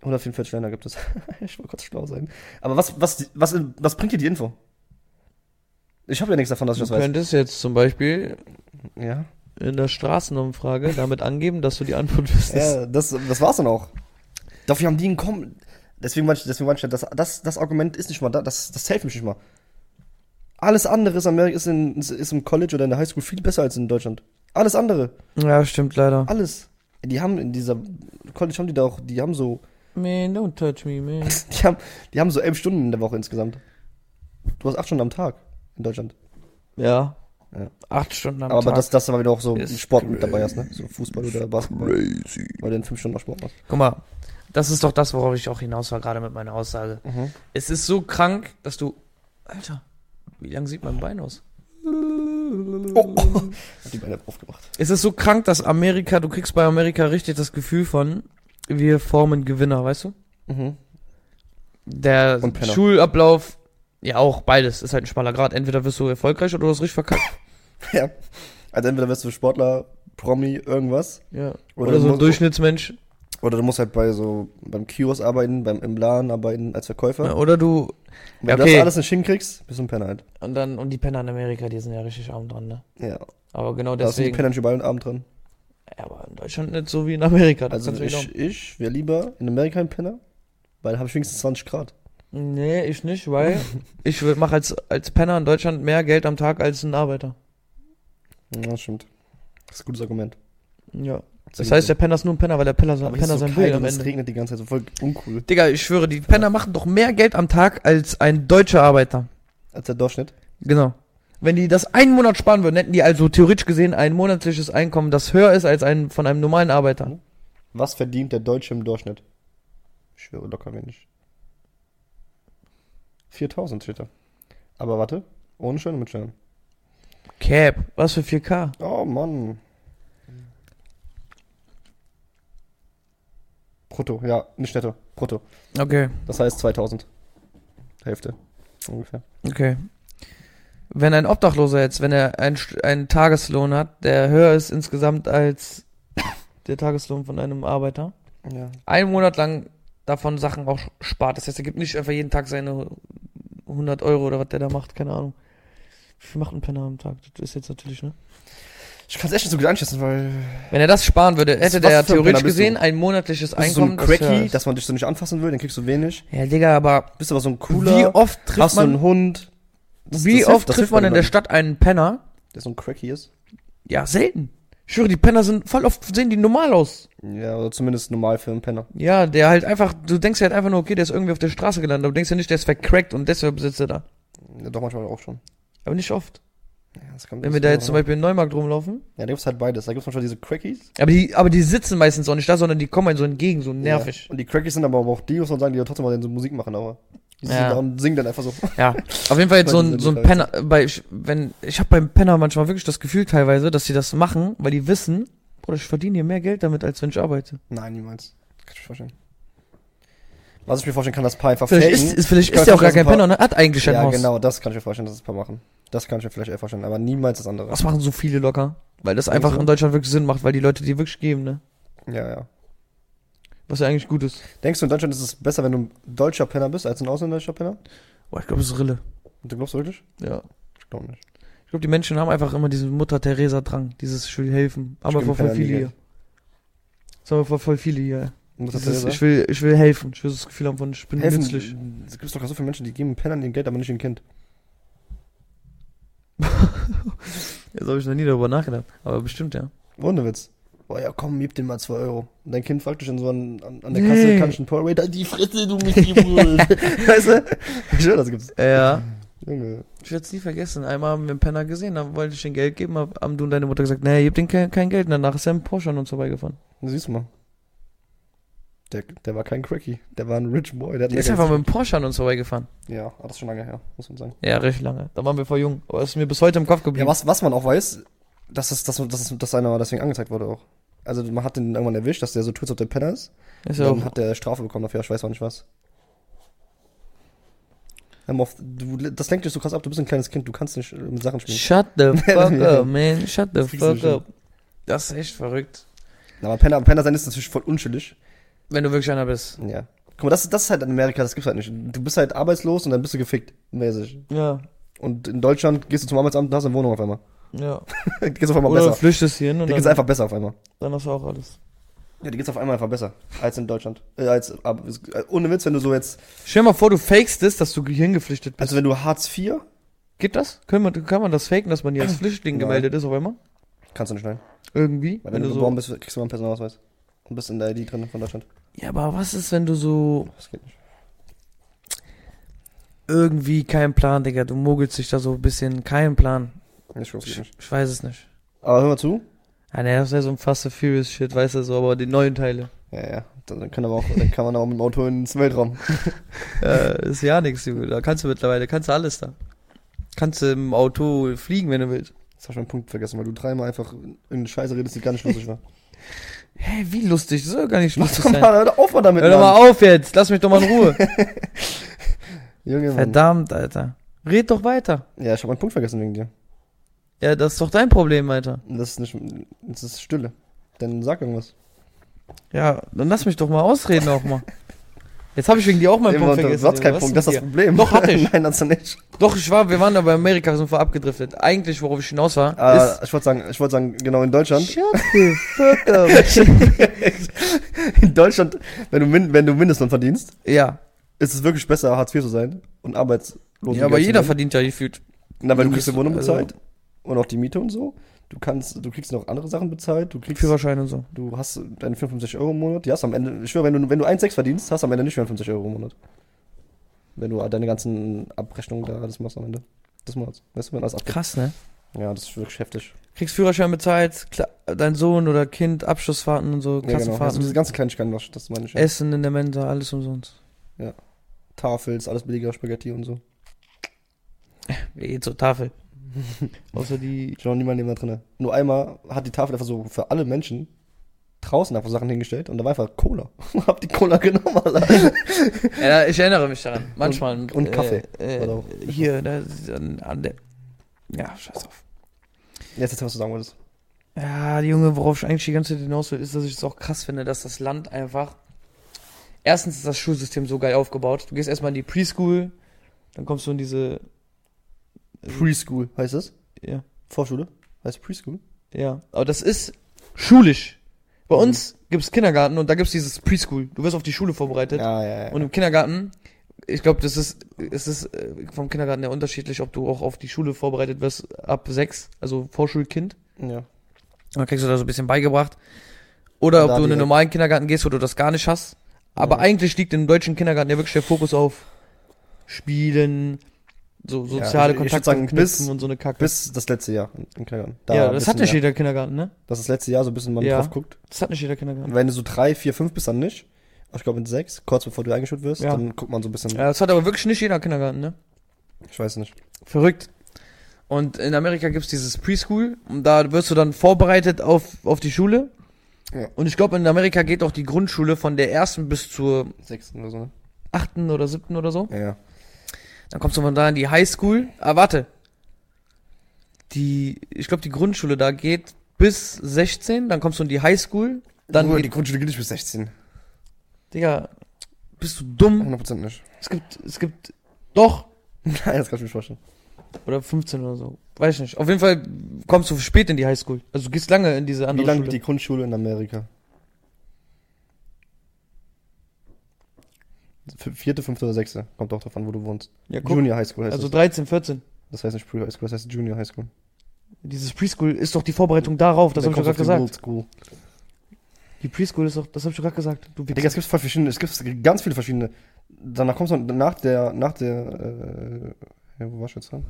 B: 144 Länder gibt es. ich wollte kurz schlau sein. Aber was, was, was, was bringt dir die Info? Ich habe ja nichts davon, dass ich das
A: Du
B: weiß.
A: könntest jetzt zum Beispiel
B: Ja.
A: in der Straßenumfrage damit angeben, dass du die Antwort wüsstest.
B: Ja, das, das war's dann auch. Dafür haben die einen Kom Deswegen manche, deswegen manche, das, das, das Argument ist nicht mal da, das, das hilft mich nicht mal. Alles andere ist, in Amerika, ist, in, ist im College oder in der Highschool viel besser als in Deutschland. Alles andere.
A: Ja, stimmt leider.
B: Alles. Die haben in dieser College haben die da auch, die haben so,
A: Man, don't touch me, man.
B: die haben, die haben so elf Stunden in der Woche insgesamt. Du hast acht Stunden am Tag in Deutschland.
A: Ja.
B: Ja.
A: Acht Stunden am
B: Aber
A: Tag.
B: das, das war wieder auch so
A: Ist
B: Sport mit dabei hast, ne? So Fußball oder Basketball. Crazy. Weil du in fünf Stunden noch Sport machst.
A: Guck mal, das ist doch das, worauf ich auch hinaus war, gerade mit meiner Aussage.
B: Mhm.
A: Es ist so krank, dass du. Alter, wie lang sieht mein Bein aus?
B: Hat die Beine aufgemacht.
A: Es ist so krank, dass Amerika, du kriegst bei Amerika richtig das Gefühl von, wir formen Gewinner, weißt du?
B: Mhm.
A: Der
B: Und Penner.
A: Schulablauf, ja auch beides, ist halt ein schmaler Grad. Entweder wirst du erfolgreich oder du hast richtig verkackt.
B: Ja. Also entweder wirst du Sportler, Promi, irgendwas.
A: Ja.
B: Oder
A: Oder,
B: du
A: so ein
B: musst-
A: Durchschnittsmensch.
B: Oder du musst halt bei so beim Kiosk arbeiten, beim im Laden arbeiten als Verkäufer.
A: Ne? Oder du.
B: Wenn
A: Ja,
B: du das
A: okay.
B: alles nicht hinkriegst, bist du ein Penner halt.
A: Und dann, und die Penner in Amerika, die sind ja richtig arm dran, ne?
B: Ja.
A: Aber genau
B: Da sind die
A: deswegen.
B: Penner nicht überall den Arm dran.
A: Ja, aber in Deutschland nicht so wie in Amerika. Das
B: Also
A: kannst du mir glauben.
B: ich, ich wäre lieber in Amerika ein Penner, weil habe ich wenigstens 20 Grad.
A: Nee, ich nicht, weil ich mache als, als Penner in Deutschland mehr Geld am Tag als ein Arbeiter.
B: Ja, das stimmt. Das ist ein gutes Argument.
A: Ja. Das
B: Ziemlich
A: heißt,
B: so.
A: der Penner ist nur ein Penner, weil der Penner, sein
B: Aber hier
A: Penner
B: ist so
A: sein Bild
B: kalt und
A: am
B: es
A: Ende.
B: regnet die ganze Zeit, so voll uncool.
A: Digga, ich schwöre, die Penner machen doch mehr Geld am Tag als ein deutscher Arbeiter.
B: Als der Durchschnitt.
A: Genau. Wenn die das einen Monat sparen würden, hätten die also theoretisch gesehen ein monatliches Einkommen, das höher ist als ein von einem normalen
B: Oh.
A: Arbeiter.
B: Was verdient der Deutsche im Durchschnitt? Ich schwöre locker wenig. 4000 steht da. Aber warte, ohne Steuern und mit Steuern.
A: Cap, was für 4K.
B: Oh Mann. Brutto, ja, nicht netto, brutto.
A: Okay,
B: Das heißt 2000. Hälfte ungefähr.
A: okay. Wenn ein Obdachloser jetzt, wenn er einen, St- einen Tageslohn hat, der höher ist insgesamt als der Tageslohn von einem Arbeiter,
B: Ja.
A: einen Monat lang davon Sachen auch spart. Das heißt, er gibt nicht einfach jeden Tag seine 100 Euro oder was der da macht, keine Ahnung. Wie viel macht ein Penner am Tag? Das ist jetzt natürlich, ne?
B: Ich kann es echt nicht so gut einschätzen, weil
A: Wenn er das sparen würde,
B: Was-
A: hätte
B: was
A: der ja
B: für ein
A: theoretisch
B: Penner bist
A: gesehen
B: du?
A: ein monatliches
B: bist du so
A: Einkommen.
B: ein Cracky,
A: das
B: dass man dich so nicht anfassen will, dann kriegst du wenig.
A: ja, Digga, aber
B: Bist aber so ein cooler.
A: wie oft
B: hast
A: trifft
B: du einen
A: man,
B: Hund? Das-
A: wie
B: das hilft-
A: oft trifft
B: das hilft
A: man
B: bei
A: in der
B: jemandem,
A: Stadt einen Penner?
B: der so ein Cracky ist?
A: Ja, selten. Ich schwöre, die Penner sind voll oft, sehen die normal aus.
B: Ja, oder zumindest normal für einen Penner.
A: Ja, der halt einfach, du denkst ja halt einfach nur, okay, der ist irgendwie auf der Straße gelandet, aber du denkst ja nicht, der ist vercrackt und deshalb sitzt er da.
B: Ja, doch manchmal auch schon.
A: Aber nicht oft.
B: Ja, das kann
A: Wenn wir da jetzt zum Beispiel in Neumarkt rumlaufen,
B: Ja, da gibt's halt beides. Da gibt's manchmal diese Crackies.
A: Aber die, aber die sitzen meistens auch nicht da, sondern die kommen einem so entgegen, so nervig.
B: Ja. Und die Crackies sind aber auch die, muss man sagen, die ja trotzdem mal so Musik machen, aber die sind
A: Ja.
B: da und singen dann einfach so.
A: Ja. Auf jeden Fall jetzt so ein, so ein Penner, äh, bei, ich- wenn, ich habe beim Penner manchmal wirklich das Gefühl teilweise, dass sie das machen, weil die wissen, Bruder, ich verdiene hier mehr Geld damit, als wenn ich arbeite.
B: Nein, niemals. Kann ich mir vorstellen. Was ich mir vorstellen kann, das Paar einfach
A: Vielleicht
B: faken.
A: ist, ist, vielleicht
B: Ich glaub,
A: ist der auch gar
B: das
A: kein
B: ist ein
A: Penner, ne? Hat eigentlich ein
B: Ja,
A: Haus.
B: genau, das kann ich mir vorstellen, dass das Paar machen. Das kann ich mir vielleicht eher vorstellen, aber niemals das andere.
A: Was machen so viele locker? Weil das einfach
B: du?
A: in Deutschland wirklich Sinn macht, weil die Leute die wirklich geben, ne?
B: Ja, ja.
A: Was ja eigentlich gut ist.
B: Denkst du, in Deutschland ist es besser, wenn du ein deutscher Penner bist, als ein ausländischer Penner?
A: Boah, ich glaube, das ist Rille.
B: Und du glaubst wirklich?
A: Ja.
B: Ich glaube nicht.
A: Ich glaube, die Menschen haben einfach immer diesen Mutter-Theresa-Drang, dieses Ich will helfen. Aber
B: geb
A: vor
B: dem
A: voll
B: Penner nie
A: viele hier.
B: Geld.
A: Das haben wir vor voll viele hier, ey.
B: Und das
A: Dieses,
B: ist
A: ich, will, ich will helfen. Ich will das Gefühl haben von, ich bin
B: helfen.
A: nützlich.
B: Es gibt doch so viele Menschen, die geben Pennern ihr Geld, aber nicht ihr Kind.
A: Jetzt habe ich noch nie darüber nachgedacht. Aber bestimmt, ja.
B: Ohne Witz. Boah, ja komm, gib dem mal 2 Euro. Und dein Kind fragt dich dann so an, an, an der
A: Nee.
B: Kasse, kann ich einen Power Rater? Die Fresse, du Mistgeburt. weißt du? Ich höre, das gibt's.
A: Äh, Ja.
B: Junge.
A: Ich werde es nie vergessen. Einmal haben wir einen Penner gesehen, da wollte ich ihm Geld geben, hab- haben du und deine Mutter gesagt, nee, gib den kein, kein Geld. Und danach ist er im Porsche an uns vorbeigefahren.
B: Siehst du mal. Der, der war kein Cracky. Der war ein Rich Boy. Der, hat
A: Der ist
B: mehr
A: einfach
B: Geld.
A: mit dem Porsche an uns vorbeigefahren.
B: Ja, aber das ist schon lange her, muss man sagen.
A: Ja, richtig lange. Da waren wir voll jung. Aber es ist mir bis heute im Kopf
B: Ja,
A: geblieben.
B: was, was man auch weiß, dass, es, dass, dass, dass einer deswegen angezeigt wurde auch. Also man hat den irgendwann erwischt, dass der so tut, als ob der Penner ist.
A: ist
B: So.
A: ja
B: Dann
A: auch,
B: hat der Strafe bekommen dafür, ich weiß auch nicht was. Hör mal auf, du, das lenkt dich so krass ab, du bist ein kleines Kind, du kannst nicht äh, mit Sachen spielen.
A: Shut the fuck
B: Ja.
A: up, man. Shut the
B: Das kriegst du
A: fuck
B: nicht hin.
A: up. Das ist echt verrückt.
B: Aber Penner, Penner sein ist natürlich voll unschuldig.
A: Wenn du wirklich einer bist.
B: Ja. Guck mal, das, das ist halt in Amerika, das gibt's halt nicht. Du bist halt arbeitslos und dann bist du gefickt, mäßig.
A: Ja.
B: Und in Deutschland gehst du zum Arbeitsamt und hast eine Wohnung auf einmal.
A: Ja.
B: geht's auf einmal
A: Oder du
B: besser.
A: flüchtest hierhin und
B: Dir geht's
A: dann,
B: einfach besser auf einmal.
A: dann hast du auch alles.
B: Ja, die geht's auf einmal einfach besser als in Deutschland. Äh, als, aber, es- äh, ohne Witz, wenn du so jetzt,
A: Stell dir mal vor, du fakest es, dass du hingeflüchtet bist.
B: also wenn du Hartz IV,
A: Geht das? Können wir, kann man das faken, dass man hier als Flüchtling
B: Nein.
A: gemeldet ist auf einmal?
B: kannst du nicht schneiden.
A: Irgendwie?
B: Weil wenn, du, geboren bist, kriegst du mal einen Personalausweis. Und bist in der ID drin von Deutschland.
A: Ja, aber was ist, wenn du so
B: Das geht nicht.
A: irgendwie keinen Plan, Digga? Du mogelst dich da so ein bisschen. Keinen Plan.
B: Ich schwör, das geht
A: Ich,
B: nicht.
A: ich weiß es nicht.
B: Aber hör mal zu.
A: Ah, ne, das ist ja so ein Fast and Furious Shit, weißt du so, aber die neuen Teile.
B: Ja, ja. Dann kann, aber auch, dann kann man aber mit dem Auto ins Weltraum.
A: äh, ist ja nichts, Junge. Da kannst du mittlerweile, kannst du alles da. Kannst du im Auto fliegen, wenn du willst.
B: Jetzt hab ich meinen Punkt vergessen, weil du dreimal einfach irgendeine Scheiße redest, die gar nicht lustig war.
A: Hä, wie lustig, das soll gar nicht
B: Mach
A: lustig
B: doch mal,
A: sein.
B: hör doch auf mal damit,
A: halt. Hör doch
B: Mann.
A: mal auf jetzt, lass mich doch mal in Ruhe.
B: Junge, Mann.
A: Verdammt, Alter. Red doch weiter.
B: Ja, ich habe meinen Punkt vergessen wegen dir.
A: Ja, das ist doch dein Problem, Alter.
B: Das ist nicht, das ist Stille. Dann sag irgendwas.
A: Ja, dann lass mich doch mal ausreden auch mal. Jetzt habe ich wegen dir auch meinen
B: Eben,
A: Punkt
B: und
A: vergessen.
B: Du hast keinen
A: Junge. Was
B: Punkt, das ist
A: mit
B: das Problem.
A: Doch, hatte ich.
B: Nein, hast du nicht.
A: dir? Doch, ich war, wir waren aber in Amerika, wir sind voll abgedriftet. Eigentlich, worauf ich hinaus war,
B: Ah,
A: ist...
B: ich wollte sagen, ich wollte sagen, genau in Deutschland.
A: Shut the fuck up.
B: In Deutschland, wenn du, Min- wenn du Mindestlohn verdienst,
A: ja.
B: ist es wirklich besser, Hartz IV zu sein und Arbeitslohn.
A: ja, aber jeder verdient ja gefühlt.
B: Na, weil du
A: Du
B: kriegst
A: bist-
B: eine Wohnung
A: also-
B: bezahlt und auch die Miete und so. Du kannst, du kriegst noch andere Sachen bezahlt. Du kriegst,
A: Führerschein und so.
B: du hast deine 55 Euro im Monat. Die hast du am Ende, ich schwöre, wenn du, wenn du 1,6 verdienst, hast du am Ende nicht 54 Euro im Monat. Wenn du deine ganzen Abrechnungen da alles machst am Ende. Das machst Weißt du, wenn alles abgeht.
A: Krass, ne?
B: Ja, das ist wirklich heftig.
A: kriegst Führerschein bezahlt, Kla dein Sohn oder Kind, Abschlussfahrten und so,
B: Ja, genau. Also
A: Klassenfahrten,
B: diese ganzen Kleinigkeiten, das- das meine ich. Ja.
A: Essen in der Mensa, alles umsonst.
B: Tafels, alles billiger, Spaghetti und so.
A: Wir gehen zur Tafel. Außer die.
B: Ich war noch niemand jemand drin. Nur einmal hat die Tafel einfach so für alle Menschen draußen einfach Sachen hingestellt und da war einfach Cola. hab die Cola genommen, Alter.
A: Ja, ich erinnere mich daran. Manchmal.
B: Und- und Kaffee.
A: Äh,
B: Oder
A: äh,
B: auch-
A: hier, da ist an, an der. Ja, scheiß auf.
B: Jetzt erzähl, was du sagen wolltest.
A: Ja, die Junge, worauf ich eigentlich die ganze Zeit hinaus will, ist, dass ich es auch krass finde, dass das Land einfach. Erstens ist das Schulsystem so geil aufgebaut. Du gehst erstmal in die Preschool, dann kommst du in diese.
B: Preschool heißt es?
A: Äh, Ja.
B: Vorschule? Heißt Preschool?
A: Ja, aber das ist schulisch. Bei uns gibt's Kindergarten und da gibt's dieses Preschool. Du wirst auf die Schule vorbereitet.
B: Ja, ja, ja.
A: Und im Kindergarten, ich glaube, das ist, es ist äh, vom Kindergarten her unterschiedlich, ob du auch auf die Schule vorbereitet wirst ab sechs, also Vorschulkind.
B: ja.
A: Dann kriegst du da so ein bisschen beigebracht. Oder
B: Und
A: ob du
B: da
A: in den
B: direkt-
A: normalen Kindergarten gehst, wo du das gar nicht hast. Aber eigentlich liegt im deutschen Kindergarten ja wirklich der Fokus auf Spielen, so
B: ich-
A: soziale
B: ich würd
A: Kontakte
B: sagen,
A: knüpfen
B: bis-
A: und so eine Kacke.
B: Bis das letzte Jahr im Kindergarten. Da
A: ja,
B: ein
A: das
B: bisschen
A: hat nicht
B: mehr.
A: jeder Kindergarten, ne?
B: Das ist das letzte Jahr so ein bisschen man
A: Ja.
B: drauf guckt.
A: Das hat nicht jeder Kindergarten.
B: Wenn du so drei, vier, fünf bist, dann nicht. Aber Ich glaube in sechs, kurz bevor du eingeschult wirst,
A: Ja.
B: dann guckt man so ein bisschen.
A: Ja, das hat aber wirklich nicht jeder Kindergarten, ne?
B: Ich weiß nicht.
A: Verrückt. Und in Amerika gibt's dieses Preschool und da wirst du dann vorbereitet auf, auf die Schule.
B: Ja.
A: Und ich glaube, in Amerika geht auch die Grundschule von der ersten bis zur
B: Sechs oder so, ne?
A: achten oder siebten oder so.
B: Ja, ja.
A: Dann kommst du von da in die Highschool. Ah, warte. Die, ich glaube, die Grundschule da geht bis 16, dann kommst du in die Highschool. Dann
B: Nur die
A: geht,
B: Grundschule gilt nicht bis 16.
A: Digga, bist du dumm?
B: 100% nicht.
A: Es gibt, es gibt, doch,
B: Nein, das kann ich mir nicht vorstellen.
A: Oder 15 oder so. Weiß nicht. Auf jeden Fall kommst du spät in die Highschool. Also du gehst lange in diese
B: Wie
A: andere
B: lange
A: Schule.
B: geht die Grundschule in Amerika? F- Vierte, fünfte oder sechste. Kommt auch drauf an, wo du wohnst.
A: ja, guck,
B: Junior High School heißt
A: also
B: also, das.
A: 13, 14.
B: Das heißt nicht Pre-High School, das heißt Junior High School.
A: Dieses Preschool ist doch die Vorbereitung darauf. Das
B: Dann
A: habe ich doch gerade
B: kommst du auf die
A: gesagt.
B: Gold School.
A: Die Preschool ist doch, das habe ich doch gerade gesagt. Du
B: Digga,
A: Wichser.
B: es gibt voll verschiedene, es gibt ganz viele verschiedene. Danach kommst du nach der, nach der, äh, ja, wo warst du jetzt dran?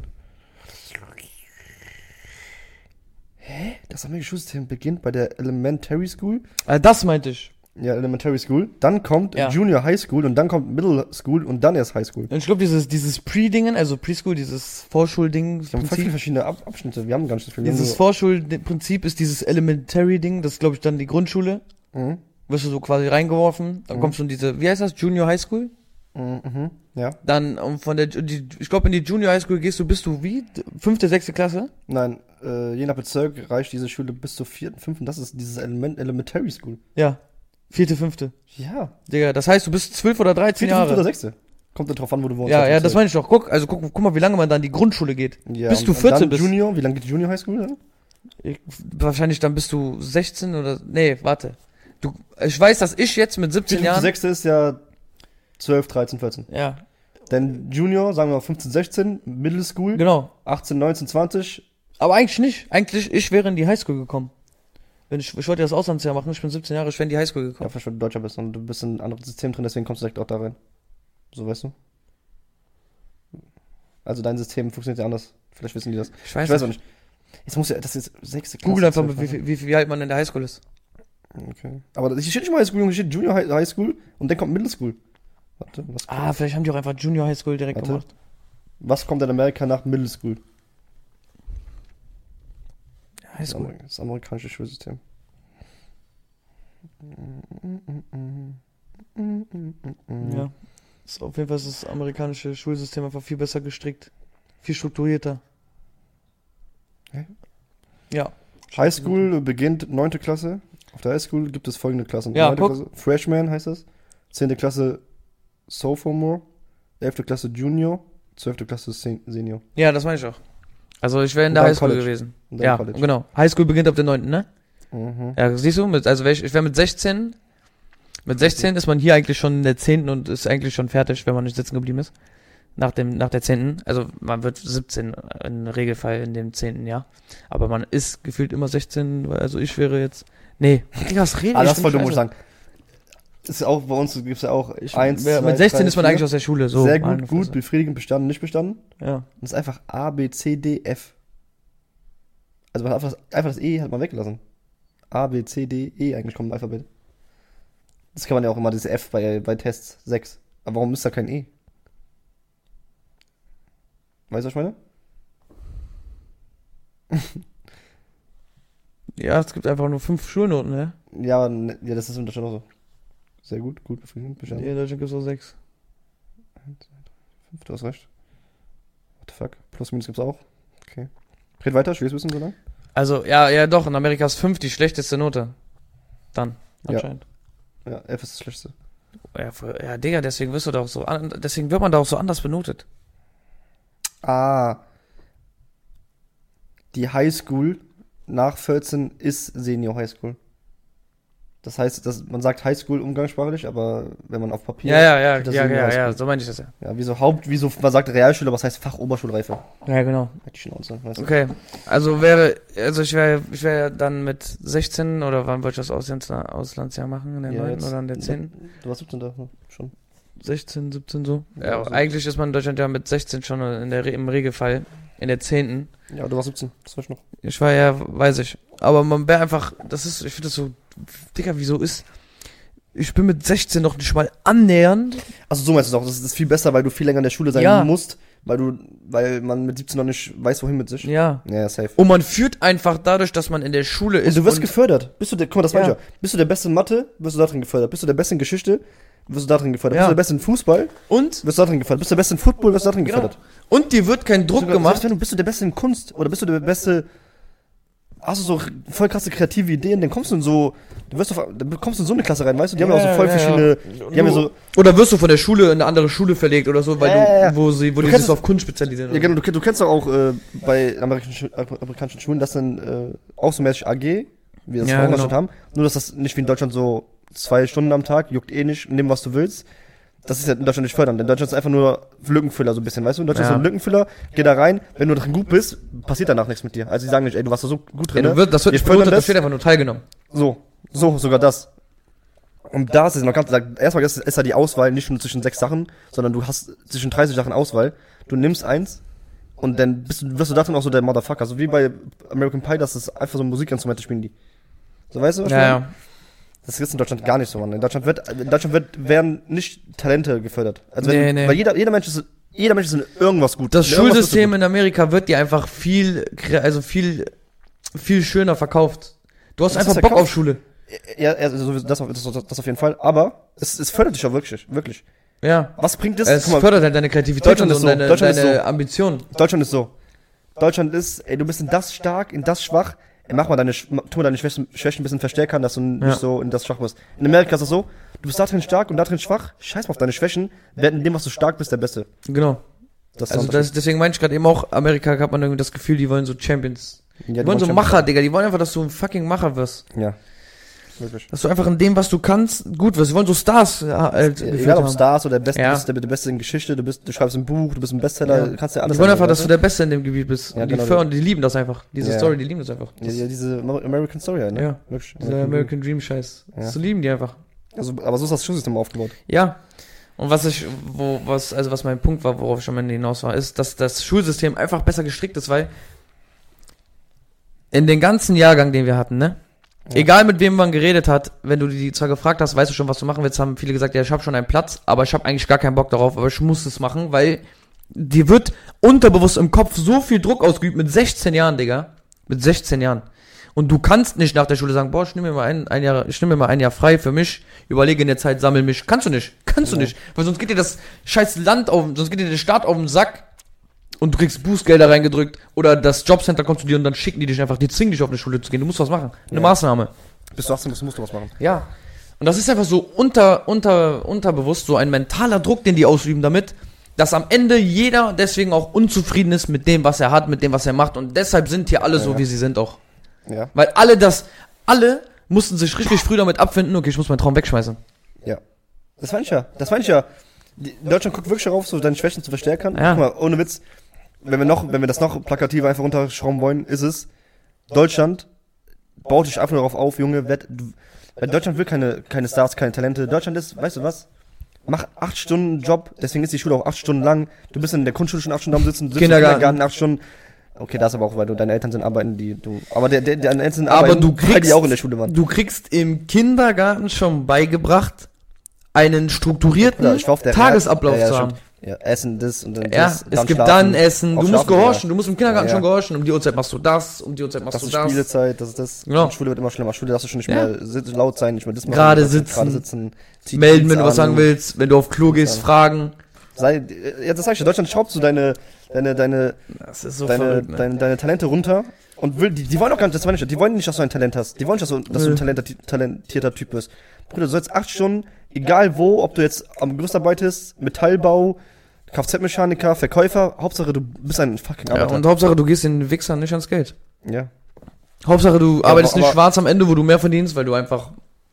B: Hä? Das amerikanische Schulsystem beginnt bei der Elementary School
A: Äh, das meinte ich.
B: Ja, Elementary School. Dann kommt
A: Ja.
B: Junior High School und dann kommt Middle School und dann erst High School.
A: Und ich glaube, dieses, dieses Pre-Dingen, also Preschool, dieses
B: Wir haben voll viele
A: Vorschulding-Prinzip.
B: verschiedene Ab Abschnitte. Wir haben ganz schön viele.
A: Dieses Vorschulprinzip ist dieses Elementary-Ding. Das ist, glaube ich, dann die Grundschule.
B: Mhm.
A: Wirst du so quasi reingeworfen. Dann kommst du in diese, wie heißt das? Junior High School?
B: Mhm, Ja.
A: Dann ähm, von der, die, ich glaube, in die Junior High School gehst du, bist du wie? Fünfte, sechste Klasse?
B: Nein, äh, je nach Bezirk reicht diese Schule bis zur vierten, fünften. Das ist dieses Element Elementary School.
A: Ja. Vierte, fünfte.
B: Ja.
A: Digga, das heißt, du bist zwölf oder dreizehn
B: Vierte, fünfte oder
A: Jahre.
B: sechste. Kommt dann drauf an, wo du wohnst.
A: Ja,
B: auf
A: ja, das
B: dem Bezirk.
A: meine ich doch. Guck, also guck, guck mal, wie lange man dann in die Grundschule geht.
B: ja,
A: bis du
B: und- und dann
A: 14 bist.
B: Junior, wie lange geht die Junior High School? Dann?
A: Ich, wahrscheinlich dann bist du 16 oder. Nee, warte. Du, ich weiß, dass ich jetzt mit 17
B: Vierte, fünfte,
A: Jahren.
B: sechste ist ja 12, 13, 14.
A: Ja,
B: Dann Junior, sagen wir mal 15, 16, Middle School,
A: genau.
B: 18, 19, 20.
A: Aber eigentlich nicht. Eigentlich, ich wäre in die Highschool gekommen. Wenn ich, ich wollte ja das Auslandsjahr machen, ich bin 17 Jahre, ich wäre in die Highschool
B: Ja,
A: gekommen.
B: vielleicht, weil du Deutscher bist und du bist in einem anderen System drin, deswegen kommst du direkt auch da rein. So, weißt du? Also dein System funktioniert ja anders. Vielleicht wissen die das.
A: Ich weiß,
B: Ich weiß auch
A: nicht.
B: nicht. Jetzt muss ja, das ist sechste Klasse.
A: Google einfach mal,
B: zwölfte.
A: wie, viel- wie, viel- wie alt man in der Highschool ist.
B: Okay. Aber das- hier steht nicht mal High School, hier steht Junior High, High School und dann kommt Middle School. Warte, was,
A: Ah, vielleicht haben die auch einfach Junior Highschool direkt
B: Warte.
A: gemacht.
B: was kommt in Amerika nach Middle School? Das,
A: Highschool.
B: Amer das amerikanische Schulsystem.
A: Ja. Ist, auf jeden Fall ist das amerikanische Schulsystem einfach viel besser gestrickt. Viel strukturierter.
B: Hä?
A: Ja.
B: High School beginnt 9. Klasse. Auf der High School gibt es folgende Klassen.
A: Ja,
B: 9.
A: guck.
B: Klasse Freshman heißt das. 10. Klasse Sophomore. 11. Klasse Junior. 12. Klasse Sen- Senior.
A: Ja, das meine ich auch. Also ich wäre in
B: Und
A: der
B: dann
A: Highschool
B: College.
A: gewesen.
B: Und dann
A: Ja,
B: College. Mhm.
A: genau. Highschool beginnt ab der 9., ne? Ja, siehst du, mit, also wär ich, ich wäre mit 16. Mit 16 ist man hier eigentlich schon in der 10. und ist eigentlich schon fertig, wenn man nicht sitzen geblieben ist. Nach, dem, nach der 10. Also man wird 17 im Regelfall in dem 10. Jahr. Aber man ist gefühlt immer 16, weil- also ich wäre jetzt. Nee, Digga, was rede
B: Ah,
A: ich
B: das
A: denn
B: wollte ich
A: Scheiße?
B: sagen. Ist auch bei uns gibt es ja auch ich, eins,
A: Ja,
B: zwei,
A: mit 16
B: drei,
A: ist man
B: vier.
A: eigentlich aus der Schule. So,
B: Sehr
A: meine
B: gut, gut,
A: Fresse.
B: befriedigend, bestanden, nicht bestanden.
A: Ja.
B: Und ist einfach A, B, C, D, F. Also man hat einfach das, einfach das E hat man weggelassen. A, B, C, D, E eigentlich kommt im Alphabet. Das kann man ja auch immer, dieses F bei, bei Tests 6. Aber warum ist da kein E? Weißt du, was ich meine?
A: ja, es gibt einfach nur fünf Schulnoten, ne?
B: Ja, ne- ja das ist in Deutschland auch so. Sehr gut, gut befriedigend, bestanden.
A: In Deutschland gibt es auch sechs.
B: Du hast recht. What the fuck? Plus, minus gibt's auch. Okay. Red weiter, ich will es wissen so lange.
A: Also, ja, ja, doch, in Amerika ist fünf die schlechteste Note. Dann,
B: Ja.
A: anscheinend.
B: Ja, F ist das Schlechteste.
A: Ja, voll- ja, Digga, deswegen wirst du doch so, an, deswegen wird man da auch so anders benotet.
B: Ah. Die Highschool nach 14 ist Senior Highschool. Das heißt, dass man sagt Highschool umgangssprachlich, aber wenn man auf Papier.
A: Ja, ja, ja,
B: steht das
A: ja,
B: Senior
A: ja, ja,
B: Highschool.
A: so meine ich das ja.
B: ja. Wie so Haupt, wie so, man sagt Realschule, aber es heißt Fachoberschulreife.
A: Ja, genau.
B: Hätte ich Schnauze, weißt du?
A: Okay, also wäre, also ich wäre, ich wäre dann mit 16 oder wann wollte ich das Auslands, Auslandsjahr machen? In der
B: Ja,
A: neunten
B: jetzt-
A: oder in der 10?
B: Du warst 17 da, ne? schon.
A: 16, 17 so.
B: Ja,
A: Ja,
B: so.
A: eigentlich ist man in Deutschland ja mit 16 schon in der, Re- im Regelfall, in der 10.
B: Ja, du warst 17, das weiß ich noch.
A: Ich war ja, weiß ich. Aber man wäre einfach, das ist, ich finde das so, Digga, wieso ist, ich bin mit 16 noch nicht mal annähernd
B: Also so meinst du es auch, das ist viel besser, weil du viel länger in der Schule sein
A: Ja.
B: musst, weil du, weil man mit 17 noch nicht weiß, wohin mit sich.
A: Ja.
B: Ja, safe.
A: Und man führt einfach dadurch, dass man in der Schule ist.
B: Also Du wirst
A: und
B: gefördert. Bist du der, guck mal, das meine
A: Ja.
B: ich ja. Bist du der Beste in Mathe, wirst du da drin gefördert. Bist du der Beste in Geschichte, wirst du da drin gefördert.
A: Ja.
B: Bist du der Beste in Fußball,
A: und,
B: wirst du da drin gefördert. Bist du der Beste in Football, wirst du da drin
A: genau,
B: gefördert.
A: und dir wird kein Druck
B: Sogar- selbst
A: gemacht.
B: wenn du bist du der Beste in Kunst oder bist du der Beste, hast du so r- voll krasse kreative Ideen, dann kommst du in so, dann, wirst du auf, dann kommst du in so eine Klasse rein, weißt du? Die haben ja auch
A: Ja,
B: so voll
A: ja,
B: verschiedene, die haben ja so,
A: Oder wirst du von der Schule in eine andere Schule verlegt oder so, weil
B: Ja, ja, ja.
A: du, wo sie, wo
B: Du
A: die
B: kennst
A: sich
B: es-
A: auf Kunst spezialisieren.
B: Ja,
A: oder
B: genau, du, du kennst doch auch äh, bei amerikanischen, Schu- Amer- amerikanischen Schulen, dass dann äh, auch so mäßig AG, wie wir das
A: Ja,
B: ja,
A: genau.
B: in Deutschland haben, nur dass das nicht wie in Deutschland so zwei Stunden am Tag, juckt eh nicht, nimm was du willst. Das ist ja in Deutschland nicht fördernd. In Deutschland ist einfach nur Lückenfüller so ein bisschen, weißt du? In Deutschland
A: Ja.
B: ist so ein Lückenfüller, geh da rein, wenn du drin gut bist, passiert danach nichts mit dir. Also die sagen nicht, ey, du warst da so gut
A: so. ja,
B: drin. ne?
A: du wirst, das wird nicht
B: fördern
A: benotet,
B: das,
A: das wird einfach nur teilgenommen.
B: so, so, sogar das. Und da ist es noch ganz, erstmal ist, ist da die Auswahl nicht nur zwischen sechs Sachen, sondern du hast zwischen 30 Sachen Auswahl. Du nimmst eins und dann bist du, wirst du darin auch so der Motherfucker. So wie bei American Pie, das ist einfach so ein Musikinstrumente spielen die. So weißt du was? ich
A: Ja,
B: meine?
A: ja.
B: Das ist in Deutschland gar nicht so, Mann. In Deutschland wird, in Deutschland wird, werden nicht Talente gefördert. Also wenn,
A: Nee, nee.
B: weil jeder, jeder Mensch ist, jeder Mensch ist in irgendwas gut.
A: Das
B: In irgendwas bist du
A: Schulsystem in Amerika wird dir einfach viel, kre- also viel, viel schöner verkauft. Du hast
B: Das ist
A: einfach Bock
B: verkauft.
A: auf Schule.
B: Ja, ja also sowieso- das, auf- das, das auf jeden Fall. Aber es, es fördert dich ja wirklich, wirklich.
A: Ja.
B: Was bringt das?
A: Es
B: Also, Guck mal,
A: fördert halt deine Kreativität
B: Deutschland
A: und
B: ist so,
A: deine,
B: Deutschland ist
A: deine
B: so.
A: Ambition.
B: Deutschland ist so. Deutschland ist, ey, du bist in das stark, in das schwach. Ey, mach mal deine, Sch- ma- tu mal deine Schwächen, Schwächen ein bisschen verstärken, dass du
A: Ja.
B: nicht so in das schwach bist. In Amerika ist das so, du bist da drin stark und da drin schwach. Scheiß mal auf deine Schwächen. Werd in dem, was du stark bist, der Beste.
A: Genau.
B: Das ist
A: Also
B: der
A: das, deswegen meinte ich gerade eben auch, Amerika hat man irgendwie das Gefühl, die wollen so Champions.
B: Unterschied.
A: Die,
B: Ja,
A: wollen so
B: Mannschaft-
A: Macher, Digga. Die wollen einfach, dass du ein fucking Macher wirst.
B: Ja. Wirklich.
A: Dass du einfach in dem, was du kannst, gut wirst. Die wollen so Stars. Äh, äh, gefühlt
B: Egal ob
A: haben.
B: Stars oder der Beste,
A: Ja.
B: du bist der, der Beste in Geschichte, du, bist, du schreibst ein Buch, du bist ein Bestseller,
A: Ja.
B: äh, kannst ja
A: Die
B: alles.
A: wollen
B: sein,
A: einfach, dass
B: weißt
A: du der Beste in dem Gebiet bist.
B: Ja,
A: und die
B: genau.
A: fördern, die lieben das einfach. Diese
B: Ja.
A: Story, die lieben das einfach. Das,
B: Ja, ja, diese Amer- American Story, ne?
A: Ja.
B: Wirklich.
A: Dieser American Dream Scheiß.
B: Ja.
A: Das lieben die einfach.
B: Also, aber so ist das Schulsystem aufgebaut.
A: Ja. Und was ich, wo, was, also was mein Punkt war, worauf ich am Ende hinaus war, ist, dass das Schulsystem einfach besser gestrickt ist, weil in den ganzen Jahrgang, den wir hatten, ne? Egal mit wem man geredet hat, wenn du die zwar gefragt hast, weißt du schon, was du machen willst, haben viele gesagt, ja, ich habe schon einen Platz, aber ich habe eigentlich gar keinen Bock darauf, aber ich muss es machen, weil dir wird unterbewusst im Kopf so viel Druck ausgeübt mit 16 Jahren, Digga. Mit 16 Jahren. Und du kannst nicht nach der Schule sagen, boah, ich nehme mir mal ein, ein Jahr, ich nehme mir mal ein Jahr frei für mich, überlege in der Zeit, sammel mich. Kannst du nicht. Kannst du nicht. Weil sonst geht dir das scheiß Land auf, sonst geht dir der Staat auf den Sack und du kriegst Bußgelder reingedrückt oder das Jobcenter kommt zu dir und dann schicken die dich einfach, die zwingen dich auf eine Schule zu gehen. Du musst was machen. Eine Maßnahme.
B: Bis du 18 bist, musst du was machen.
A: Ja. Und das ist einfach so unter, unter, unterbewusst, so ein mentaler Druck, den die ausüben damit, dass am Ende jeder deswegen auch unzufrieden ist mit dem, was er hat, mit dem, was er macht. Und deshalb sind hier alle so, wie sie sind auch.
B: Ja.
A: Weil alle das, alle mussten sich richtig früh damit abfinden, okay, ich muss meinen Traum wegschmeißen.
B: Ja. Das meine ich ja. Das meine ich ja. Die- Deutschland guckt wirklich darauf, so deine Schwächen zu verstärken.
A: Ja.
B: Guck mal, ohne Witz. Wenn wir noch, wenn wir das noch plakativer einfach runterschrauben wollen, ist es, Deutschland baut dich einfach darauf auf, Junge, werd, du- weil Deutschland will keine, keine Stars, keine Talente. Deutschland ist, weißt du was? Mach acht Stunden Job, deswegen ist die Schule auch acht Stunden lang. Du bist in der Grundschule schon acht Stunden am Sitzen, sitzt
A: Kindergarten.
B: im Kindergarten acht Stunden. Okay, das aber auch, weil du deine Eltern sind arbeiten, die du. Aber der, der, deine Eltern sind
A: Aber
B: arbeiten,
A: du
B: weil die
A: kriegst,
B: auch in der Schule waren.
A: du kriegst im Kindergarten schon beigebracht, einen strukturierten
B: Ja, Genau, ich war auf der äh,
A: Tagesablauf
B: ja, ja,
A: zu haben.
B: stimmt. Ja, Essen, das und dann
A: Ja,
B: das.
A: es gibt
B: schlafen.
A: dann Essen,
B: Auf
A: du musst
B: schlafen,
A: gehorchen,
B: ja.
A: du musst im Kindergarten
B: Ja, ja.
A: schon gehorchen, um die Uhrzeit machst du das, um die Uhrzeit machst
B: Das
A: du
B: ist
A: das.
B: Spielezeit, das ist das.
A: Genau.
B: Und Schule wird immer schlimmer. Schule darfst du schon nicht
A: Ja.
B: mehr sit- laut sein, nicht mehr das machen.
A: Gerade
B: Du darfst nicht
A: sitzen.
B: Gerade sitzen. zieh
A: Melden,
B: Jeans
A: wenn du was
B: an.
A: sagen willst, wenn du auf Klo gehst, fragen.
B: Sei, äh, ja, das sag ich dir. Deutschland schraubt so deine, deine, deine,
A: Das ist so
B: deine,
A: verrückt, ne?
B: deine, deine Talente runter. Und will, die, die wollen auch gar nicht, das meine ich, die wollen nicht, dass du ein Talent hast. Die wollen nicht, dass du, dass du ein talenter- talentierter Typ bist. Bruder, du sollst acht Stunden, egal wo, ob du jetzt am Gerüst arbeitest, Metallbau, Kfz-Mechaniker, Verkäufer, Hauptsache du bist ein fucking
A: ja,
B: Arbeiter.
A: und Hauptsache, du gehst den Wichsern nicht ans Geld.
B: ja.
A: Hauptsache, du arbeitest nicht
B: aber-
A: schwarz am Ende, wo du mehr verdienst, weil du einfach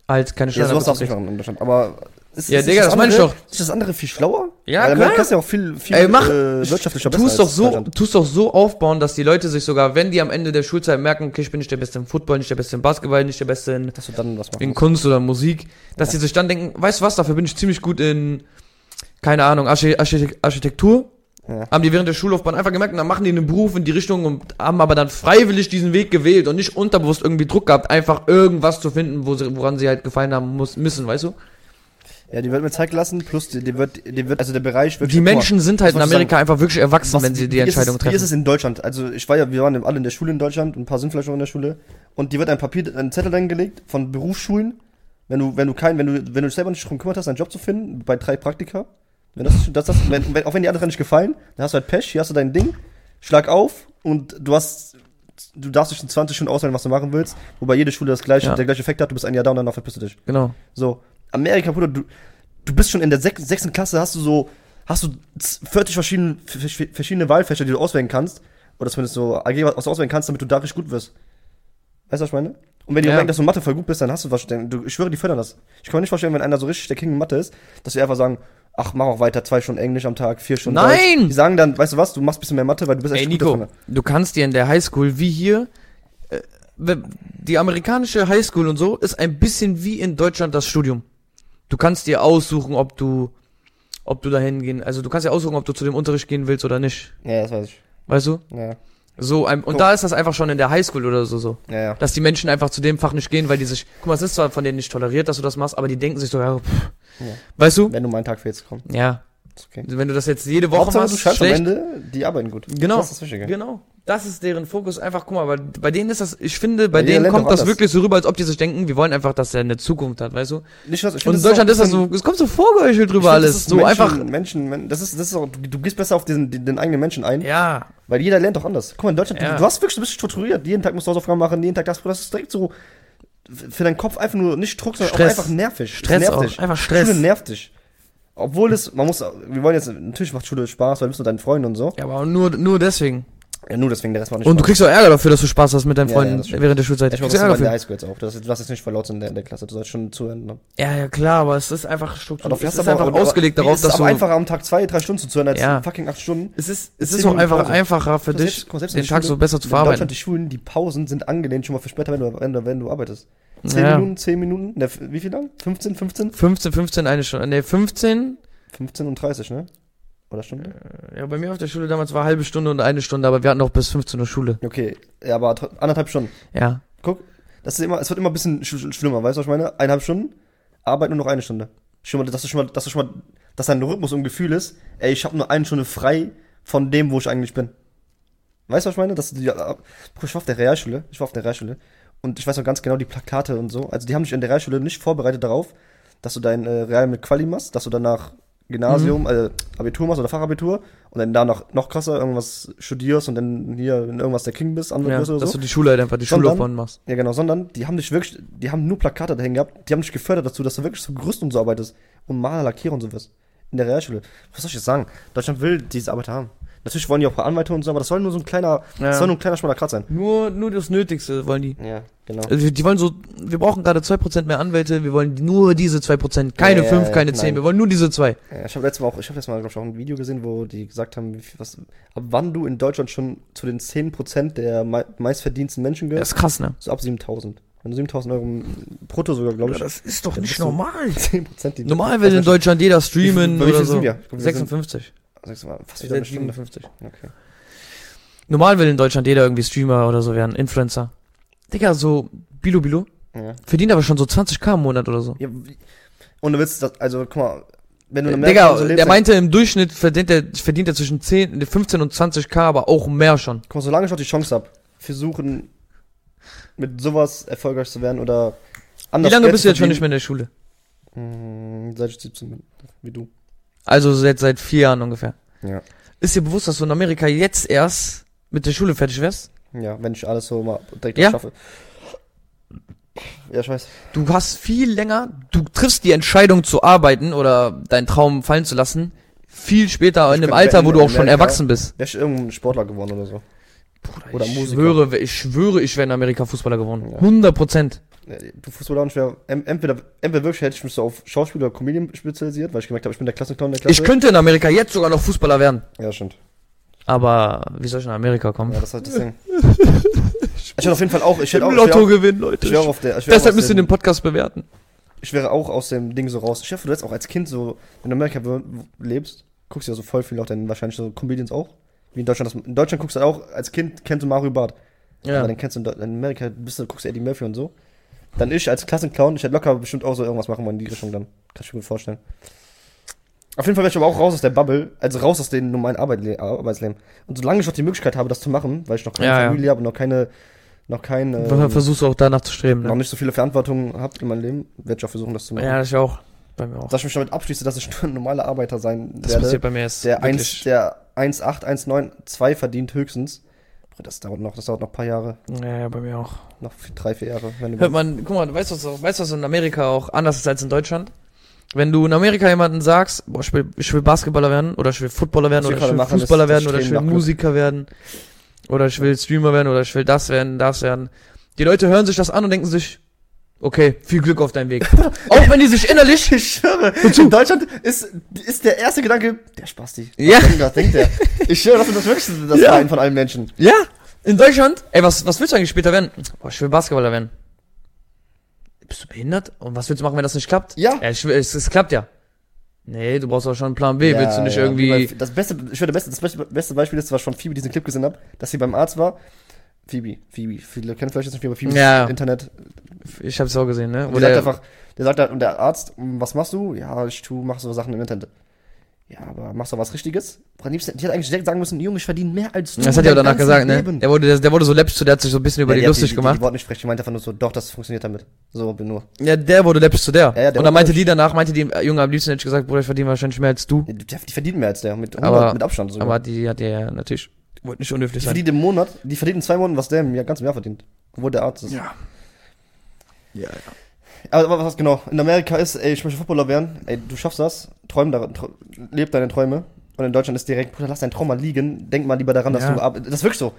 A: halt keine
B: Ja,
A: Steuern
B: sowas darfst du
A: abgibst.
B: nicht machen in Deutschland. Aber ist,
A: Ja,
B: ist
A: Digga, das meine ich
B: andere-
A: doch.
B: Ist das andere viel schlauer?
A: Ja,
B: Weil
A: klar.
B: Amerika ist ja auch viel, viel
A: Ey, mach,
B: äh, wirtschaftlicher
A: tust
B: besser
A: doch
B: als
A: so,
B: Deutschland.
A: tust doch so aufbauen, dass die Leute sich sogar, wenn die am Ende der Schulzeit merken, okay, ich bin nicht der Beste im Football, nicht der Beste im Basketball, nicht der Beste in,
B: Dass du dann was machen
A: in
B: musst.
A: Kunst oder Musik, dass die sich dann denken, weißt du was, dafür bin ich ziemlich gut in, keine Ahnung, Archi Archite- Architektur.
B: Ja.
A: Haben die während der Schullaufbahn einfach gemerkt und dann machen die einen Beruf in die Richtung und haben aber dann freiwillig diesen Weg gewählt und nicht unterbewusst irgendwie Druck gehabt, einfach irgendwas zu finden, wo sie, woran sie halt gefallen haben muss, müssen, weißt du?
B: Ja, die wird mir Zeit lassen, plus die, die wird, die wird, also der Bereich wird.
A: Die Menschen sind halt in
B: was soll ich
A: Amerika einfach wirklich erwachsen,
B: Was-
A: wenn sie
B: wie-
A: die
B: wie
A: Entscheidung
B: ist es, Wie ist
A: treffen.
B: es in Deutschland? Also ich war ja, wir waren alle in der Schule in Deutschland, ein paar sind vielleicht noch in der Schule. Und die wird ein Papier, ein Zettel reingelegt von Berufsschulen. Wenn du, wenn du kein, wenn du, wenn du dich selber nicht drum gekümmert hast, einen Job zu finden, bei drei Praktika, wenn das, das, das wenn, wenn, auch wenn die anderen nicht gefallen, dann hast du halt Pech, hier hast du dein Ding, schlag auf und du hast, du darfst dich in 20 Stunden auswählen, was du machen willst, wobei jede Schule das gleiche,
A: Ja.
B: der gleiche Effekt hat, du bist ein Jahr da und danach verpisst du dich.
A: Genau.
B: So, Amerika, Bruder, du, du bist schon in der sechs- sechsten Klasse, hast du so, hast du z- 40 verschiedene, vers- verschiedene Wahlfächer, die du auswählen kannst. Oder zumindest so AG, was du auswählen kannst, damit du da richtig gut wirst. Weißt du, was ich meine? Und wenn die
A: Ja.
B: merken, dass du in Mathe voll gut bist, dann hast du was. Denn du, ich schwöre, die fördern das. Ich kann mir nicht vorstellen, wenn einer so richtig der King in Mathe ist, dass wir einfach sagen, ach, mach auch weiter, zwei Stunden Englisch am Tag, vier Stunden
A: Nein!
B: Deutsch. Die sagen dann, weißt du was, du machst ein bisschen mehr Mathe, weil du bist echt
A: Ey,
B: gut
A: Nico,
B: drin.
A: du kannst dir in der Highschool wie hier, äh, we- die amerikanische Highschool und so ist ein bisschen wie in Deutschland das Studium. Du kannst dir aussuchen, ob du, ob du dahin gehen, also du kannst dir aussuchen, ob du zu dem Unterricht gehen willst oder nicht.
B: Ja, das weiß ich.
A: Weißt du?
B: Ja,
A: So, ein, und
B: Guck.
A: da ist das einfach schon in der Highschool oder so, so.
B: ja, ja.
A: Dass die Menschen einfach zu dem Fach nicht gehen, weil die sich, guck mal, es ist zwar von denen nicht toleriert, dass du das machst, aber die denken sich so, ja, pff, weißt du?
B: Wenn du mal einen Tag fehlst, komm.
A: Ja.
B: Ist okay.
A: Wenn du das jetzt jede Woche
B: Hauptsache, du
A: machst,
B: schaffst am
A: schlecht,
B: Ende, die arbeiten gut.
A: Genau.
B: Das ist das Wichtige.
A: Genau. Das ist deren Fokus einfach, guck mal, bei, bei denen ist das, ich finde, bei
B: Ja, jeder
A: denen
B: lernt
A: kommt
B: doch
A: das
B: anders.
A: wirklich so rüber, als ob die sich denken, wir wollen einfach, dass er eine Zukunft hat, weißt du?
B: Nicht, was- ich
A: Und
B: find,
A: in Deutschland ist das so, es kommt so vorgeheuchelt drüber alles. so einfach.
B: Menschen, Menschen, das ist, das ist auch, du, du gehst besser auf diesen, den, den eigenen Menschen ein,
A: Ja.
B: weil jeder lernt doch anders. Guck mal, in Deutschland,
A: Ja.
B: du, du hast wirklich, du bist strukturiert. Jeden Tag musst du Hausaufgaben machen, jeden Tag das, das ist direkt so f- für deinen Kopf einfach nur nicht Druck, sondern
A: Stress.
B: auch einfach nervig. Es
A: Stress
B: nervt
A: auch,
B: dich.
A: einfach Stress.
B: Schule nervt dich. Obwohl es, man muss, wir wollen jetzt, natürlich macht Schule Spaß, weil du bist mit deinen Freunden und so.
A: Ja, aber nur, nur deswegen.
B: Ja, nur deswegen, der Rest macht nicht
A: Und du kriegst auch Ärger dafür, dass du Spaß hast mit deinen
B: Ja, ja,
A: Freunden
B: das stimmt.
A: während der Schulzeit.
B: Ich
A: Du
B: glaube,
A: kriegst
B: das ist
A: Ärger
B: bei der
A: dafür.
B: Highschool jetzt auch. Das, ist- lass jetzt nicht voll laut sein in der, in der Klasse. Du sollst schon zuhören. Ne?
A: Ja, ja, klar, aber es ist einfach strukturiert.
B: dafür
A: es
B: hast
A: ist
B: du aber-
A: einfach
B: aber-
A: ausgelegt
B: wie
A: darauf,
B: ist es
A: dass
B: aber
A: du.
B: einfacher am Tag zwei, drei Stunden zuzuhören, als
A: Ja.
B: fucking acht Stunden.
A: es ist, es
B: Zehn
A: ist auch
B: Minuten
A: einfach
B: Pause.
A: einfacher für
B: Guck mal,
A: dich,
B: selbst- guck mal, selbst in
A: den
B: der
A: Tag
B: Schule-
A: so besser zu
B: in Deutschland,
A: verarbeiten.
B: die Schulen, die Pausen sind angelehnt schon mal für später, wenn du, wenn du, wenn du arbeitest. Zehn
A: Ja.
B: Minuten, zehn Minuten, ne, f- wie viel lang? 15, 15?
A: 15, 15, eine Stunde. Ne, 15.
B: 15 und 30, ne? Oder Stunde?
A: Ja, bei mir auf der Schule damals war halbe Stunde und eine Stunde, aber wir hatten auch bis 15 Uhr Schule.
B: Okay, ja, aber tr- anderthalb Stunden.
A: Ja.
B: Guck, das ist immer, es wird immer ein bisschen sch sch- schlimmer, weißt du, was ich meine? Eineinhalb Stunden, Arbeit nur noch eine Stunde. Schon mal, dass du schon mal, dass du schon mal, dass dein Rhythmus und Gefühl ist, ey, ich habe nur eine Stunde frei von dem, wo ich eigentlich bin. Weißt du, was ich meine? Dass du die, äh, Bruder, ich war auf der Realschule, ich war auf der Realschule und ich weiß noch ganz genau die Plakate und so. Also die haben dich in der Realschule nicht vorbereitet darauf, dass du dein äh, Real mit Quali machst, dass du danach
A: Mhm.
B: Gymnasium, äh, Abitur machst oder Fachabitur und dann danach noch krasser irgendwas studierst und dann hier in irgendwas der King bist, Anwalt
A: ja
B: wirst oder so.
A: dass du die Schule halt einfach, die
B: Sondern-
A: Schullaufbahn machst.
B: Ja, genau, sondern die haben dich wirklich, die haben nur Plakate dahin gehabt, die haben dich gefördert dazu, dass du wirklich so gerüst und so arbeitest und Maler, Lackierer und so wirst. In der Realschule. Was soll ich jetzt sagen? Deutschland will diese Arbeit haben. Natürlich wollen die auch ein paar Anwälte und so, aber das soll nur so ein kleiner,
A: Ja.
B: das soll nur ein kleiner schmaler Kratz sein.
A: Nur, nur das Nötigste wollen die.
B: Ja, genau.
A: Also wir- die wollen so, wir brauchen gerade 2% mehr Anwälte, wir wollen nur diese 2%, keine
B: Ja, ja,
A: 5,
B: ja,
A: keine 10,
B: nein.
A: wir wollen nur diese 2.
B: Ja, ich habe letztes Mal auch, ich habe letztes Mal, glaube ich, auch ein Video gesehen, wo die gesagt haben, wie viel- was, ab wann du in Deutschland schon zu den 10% der mei- meistverdiensten Menschen
A: Das
B: gehörst,
A: ist krass, ne?
B: so ab 7000. Wenn du 7000 Euro brutto sogar, glaube ich,
A: das ist doch
B: nicht
A: normal.
B: 10% die
A: Normal will in Deutschland jeder streamen
B: Wie viel- wie
A: oder
B: viel
A: so.
B: sind wir? Ich glaub, wir sind-
A: 56.
B: Sechs Mal, fast wieder eine Stunde.
A: 57.
B: Okay.
A: Normal will in Deutschland jeder irgendwie Streamer oder so werden, Influencer. Digga, so Bilo Bilo
B: Ja.
A: verdient aber schon so 20k im Monat oder so.
B: Ja, wie- und du willst das, also guck mal, wenn du in Amerika
A: Äh, Digga,
B: so lebst,
A: der
B: dann-
A: meinte im Durchschnitt verdient er, verdient er zwischen 10, 15 und 20k, aber auch mehr schon.
B: guck mal, solange ich noch die Chance habe, versuchen mit sowas erfolgreich zu werden oder
A: Wie
B: anders
A: lange
B: Geld
A: bist du
B: zu
A: jetzt schon nicht
B: verdienen.
A: mehr in der Schule?
B: Mm, Seit ich 17 bin, wie du.
A: Also seit, seit vier Jahren ungefähr.
B: Ja.
A: Ist dir bewusst, dass du in Amerika jetzt erst mit der Schule fertig wärst?
B: Ja, wenn ich alles so mal direkt
A: Ja.
B: schaffe. Ja, ich weiß.
A: Du hast viel länger, du triffst die Entscheidung zu arbeiten oder deinen Traum fallen zu lassen, viel später in
B: könnte
A: dem Alter, wo
B: in
A: du auch schon
B: Amerika-
A: erwachsen bist.
B: Wär ich irgendein Sportler geworden oder so. Oder
A: ich
B: Musiker.
A: Schwöre, ich schwöre, ich wäre in Amerika Fußballer geworden.
B: Ja.
A: 100 Prozent.
B: Ja, Du Fußballer und ich wär, en- entweder, entweder wirklich hätte ich mich so auf Schauspieler oder Comedian spezialisiert, weil ich gemerkt habe, ich bin der Klassenclown der Klasse.
A: Ich könnte in Amerika jetzt sogar noch Fußballer werden.
B: ja, stimmt.
A: Aber wie soll ich nach Amerika kommen?
B: Ja, das ist halt das Ding. ich hätte auf jeden Fall auch, ich hätte auch, ich wär auch,
A: gewinnen, Leute.
B: ich wär auch auf der, ich wär auch
A: Deshalb
B: aus
A: müsst ihr
B: dem-
A: den Podcast bewerten.
B: ich wäre auch aus dem Ding so raus. Ich hoffe, du hättest auch als Kind so, wenn du in Amerika wo- wo- lebst, guckst du ja so voll viel auch dann wahrscheinlich so Comedians auch. Wie in Deutschland. Das, in Deutschland guckst du halt auch, als Kind kennst du Mario Barth.
A: Ja.
B: Aber dann kennst du in, Deu- in Amerika, bist du, guckst du Eddie Murphy und so. Dann ich als Klassenclown, ich hätte locker bestimmt auch so irgendwas machen wollen in die Richtung dann. Kann ich mir gut vorstellen. Auf jeden Fall wäre ich aber auch raus aus der Bubble, also raus aus dem normalen Arbeitle Arbeitsleben. Und solange ich noch die Möglichkeit habe, das zu machen, weil ich noch keine
A: Ja, ja.
B: Familie habe und noch keine, noch keine,
A: Versuchst du auch danach zu streben.
B: noch
A: Ne?
B: nicht so viele Verantwortungen habe in meinem Leben, werde ich auch versuchen, das zu machen
A: Ja, ich auch. Bei mir auch.
B: dass ich mich damit abschließe, dass ich nur ein normaler Arbeiter sein
A: Das passiert
B: werde,
A: bei mir jetzt.
B: der
A: wirklich.
B: 1, der 1,8, 1,9, 2 verdient höchstens. Bruder, Das dauert noch, das dauert noch ein paar Jahre,
A: ja, ja, bei mir auch.
B: noch vier- drei, vier Jahre. Wenn
A: Hört
B: du
A: man, guck mal, du weißt was, auch- weißt was in Amerika auch anders ist als in Deutschland? Wenn du in Amerika jemanden sagst, boah, ich will, ich will Basketballer werden oder ich will Footballer werden
B: Was wir
A: oder ich will
B: gerade machen, ist
A: Fußballer
B: das
A: werden oder ich
B: Streben
A: will
B: nach Glück.
A: Musiker werden oder ich will Streamer werden oder ich will das werden, das werden. Die Leute hören sich das an und denken sich, okay, viel Glück auf deinem Weg. auch wenn die sich innerlich,
B: ich schwöre, in Deutschland ist, ist der erste Gedanke, der Spasti. Was
A: Ja.
B: denkt der, Was denkt der? Ich schwöre, das ist das Höchste, das
A: Ja.
B: Bein von allen Menschen.
A: ja, in Deutschland, ey, was, was willst du eigentlich später werden? Boah, ich will Basketballer werden. Bist du behindert? Und was willst du machen, wenn das nicht klappt?
B: Ja.
A: ja ich, will- es, es klappt ja. Nee, du brauchst auch schon einen Plan B, willst du nicht
B: ja.
A: irgendwie...
B: Wie bei- Das beste, ich schwöre, das beste, das beste- beste Beispiel ist, was ich von Phoebe diesen Clip gesehen habe, dass sie beim Arzt war. Phoebe, Phoebe, viele kennen vielleicht jetzt nicht, Phoebe, Phoebe
A: Ja.
B: Internet,
A: Ich hab's auch gesehen, ne?
B: Und der sagt einfach, der sagt halt, und der Arzt, "Hm, was machst du? Ja, ich tu, mach so Sachen im Internet. Ja, aber machst du was Richtiges? Am liebsten- Die hat eigentlich direkt sagen müssen, Junge, ich verdiene mehr als du.
A: Das hat er
B: dein
A: aber danach
B: ganzes
A: gesagt, ne?
B: Leben.
A: Der wurde, der, der wurde so läppisch, zu der hat sich so ein bisschen über
B: Ja,
A: die
B: hat
A: lustig
B: die, Die,
A: gemacht.
B: die Worte nicht sprechen, die meinte einfach nur so, doch, das funktioniert damit. So, nur.
A: ja, der wurde läppisch zu der.
B: Ja, ja, der
A: und dann
B: wurde
A: meinte die danach, meinte die, äh, Junge, am liebsten hätte ich gesagt, Bruder, ich verdiene wahrscheinlich mehr als du.
B: Die, die verdient mehr als der, mit, 100,
A: aber,
B: mit Abstand sogar.
A: aber die hat ja natürlich, wollte nicht unhöflich
B: die
A: sein.
B: verdient im Monat, die verdient in zwei Monaten, was der im Jahr- ganzen Jahr verdient. Obwohl der Arzt ist.
A: Ja. Ja,
B: Aber, aber was genau? In Amerika ist, ey, ich möchte Footballer werden. Ey, du schaffst das. Träum daran. Tr leb deine Träume. Und in Deutschland ist direkt, Bruder, lass deinen Traum mal liegen. Denk mal lieber daran, dass
A: Ja.
B: du. ab- Das ist wirklich so.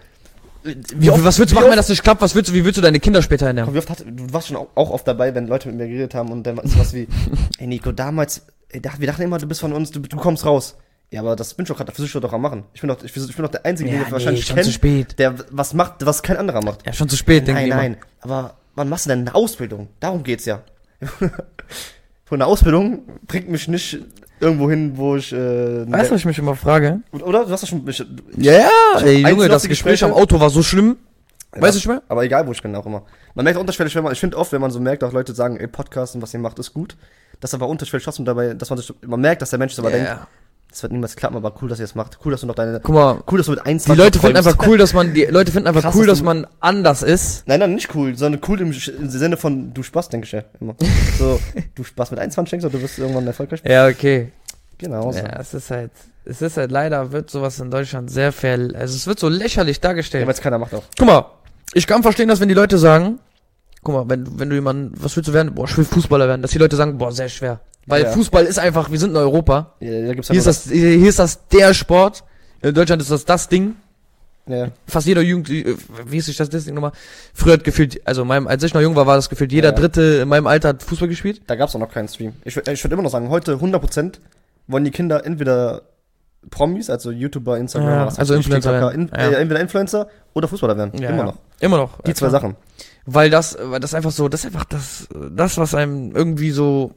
A: Wie,
B: oft-
A: was willst du
B: wie
A: machen, wenn
B: oft-
A: das nicht klappt? Was willst du, wie willst du deine Kinder später ernähren?
B: Wie oft hat, du warst schon au- auch oft dabei, wenn Leute mit mir geredet haben und dann ist was wie, ey Nico, damals, ey, da- wir dachten immer, du bist von uns, du, du kommst raus. Ja, aber das bin schon gerade, versuche ich doch am machen. Ich bin doch, ich, versuch- ich bin doch der Einzige,
A: Ja,
B: den
A: nee,
B: wir wahrscheinlich
A: schon
B: kennen,
A: zu spät.
B: der was macht, was kein anderer macht.
A: Ja, schon zu spät, denke
B: nein,
A: ich. immer.
B: nein, aber wann machst du denn eine Ausbildung? Darum geht's ja. Von einer Ausbildung bringt mich nicht irgendwo hin, wo ich, äh,
A: Weißt du, was ich mich immer frage?
B: oder? Du hast doch schon, ich,
A: Ja, ey,
B: einzeln
A: Junge,
B: auf
A: das
B: die
A: Gespräch
B: Gespräche-
A: am Auto war so schlimm. Weißt du nicht mehr?
B: Aber egal, wo ich bin, auch immer. Man merkt auch unterschwellig, wenn man, ich finde oft, wenn man so merkt, auch Leute sagen, ey, Podcast und was ihr macht, ist gut. Das ist aber unterschwellig trotzdem dabei, dass man sich, man merkt, dass der Mensch aber
A: Ja.
B: denkt, das wird niemals klappen, aber cool, dass ihr das macht. Cool, dass du noch deine,
A: Guck mal,
B: cool, dass du mit 1
A: die Leute finden einfach cool, dass man, die Leute finden einfach
B: Krass,
A: cool, dass
B: dass du-
A: man anders ist.
B: Nein, nein, nicht cool, sondern cool im, Sch- im Sinne von, du Spaß, denke ich ja immer. So, du Spaß mit 21 denkst, du, du wirst irgendwann erfolgreich.
A: Ja, okay.
B: Genau. So.
A: Ja, es ist halt, es ist halt leider, wird sowas in Deutschland sehr viel, also es wird so lächerlich dargestellt.
B: Ja, weil es keiner macht auch.
A: Guck mal, ich kann verstehen, dass wenn die Leute sagen, guck mal, wenn, wenn du jemanden, was willst du werden? Boah, ich will Fußballer werden, dass die Leute sagen, boah, sehr schwer. Weil
B: Ja.
A: Fußball ist einfach, wir sind in Europa.
B: Ja, da gibt's
A: Hier ist
B: nur
A: das, hier ist das der Sport. In Deutschland ist das das Ding.
B: Ja,
A: Fast jeder Jugend, äh, wie ist sich das Ding nochmal? Früher hat gefühlt, also in meinem, als ich noch jung war, war das gefühlt jeder
B: Ja.
A: Dritte in meinem Alter hat Fußball gespielt.
B: da gab's auch noch keinen Stream. Ich, wür- ich würde immer noch sagen, heute 100% wollen die Kinder entweder Promis, also YouTuber, Instagram,
A: Ja,
B: was weiß
A: also
B: ich,
A: Influencer
B: TikToker,
A: werden.
B: in,
A: Ja.
B: äh, entweder Influencer oder Fußballer werden. immer noch.
A: Immer noch.
B: Die
A: ja,
B: zwei
A: klar.
B: Sachen.
A: Weil das, weil das einfach so, das ist einfach das, das, was einem irgendwie so,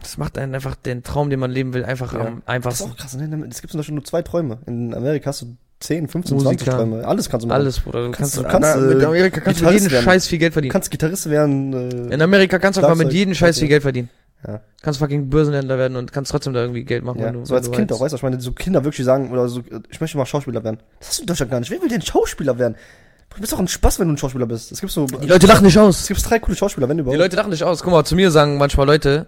A: das macht einen einfach den Traum, den man leben will, einfach
B: Ja.
A: am
B: Das ist
A: einfachsten.
B: auch krass. Ne? Es gibt zum Beispiel nur zwei Träume. In Amerika hast du 10, 15,
A: Musiker.
B: 20 Träume. Alles kannst du machen.
A: Alles, Bruder. Du kannst,
B: Kannst- du kannst,
A: na, mit
B: äh,
A: Amerika kannst du mit
B: Gitarrist
A: jedem
B: werden.
A: Scheiß viel Geld
B: Du
A: verdienen.
B: kannst Gitarrist werden. Äh,
A: In Amerika kannst du einfach mit
B: Schlagzeug-
A: jedem Scheiß viel Geld verdienen.
B: Ja.
A: Kannst fucking Börsenhändler werden und kannst trotzdem da irgendwie Geld machen.
B: ja.
A: wenn du,
B: so als
A: wenn du
B: Kind auch,
A: willst.
B: weißt du, ich meine, so Kinder wirklich sagen, oder so, äh, ich möchte mal Schauspieler werden. Das hast du in Deutschland gar nicht. Wer will denn Schauspieler werden? Du bist doch ein Spaß, wenn du ein Schauspieler bist. Es gibt so.
A: Die Leute lachen nicht
B: Es
A: aus.
B: gibt drei coole Schauspieler, wenn
A: Die
B: überhaupt.
A: Leute oh, lachen nicht aus. Guck mal, zu mir sagen manchmal Leute,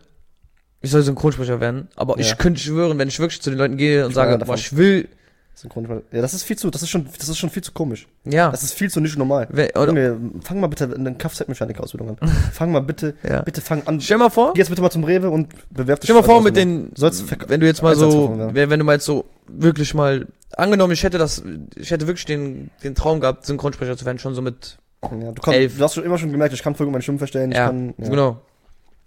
A: ich soll Synchronsprecher werden. Aber
B: Ja.
A: ich könnte schwören, wenn ich wirklich zu den Leuten gehe und
B: bin einer
A: sage,
B: davon.
A: boah, ich will,
B: Synchron ja, das ist viel zu, das ist schon, das ist schon viel zu komisch.
A: ja.
B: Das ist viel zu nicht normal.
A: Wer- oder-
B: Junge, fang mal bitte eine Kfz-Mechaniker-Ausbildung an. fang mal bitte,
A: Ja.
B: bitte fang an. Geh
A: Stell mal vor,
B: jetzt bitte mal zum Rewe und bewerb dich.
A: Stell mal
B: für
A: vor mit
B: Ausbildung.
A: den,
B: Sollst verk-
A: wenn du jetzt mal so,
B: Einsatzwaffen werden.
A: wenn wenn du mal jetzt so wirklich mal, angenommen, ich hätte das, ich hätte wirklich den, den Traum gehabt, Synchronsprecher zu werden, schon so mit,
B: Ja, du, kannst,
A: elf.
B: du hast schon immer schon gemerkt, ich kann voll gut meine Stimme verstellen.
A: ja,
B: ich kann, ja.
A: genau.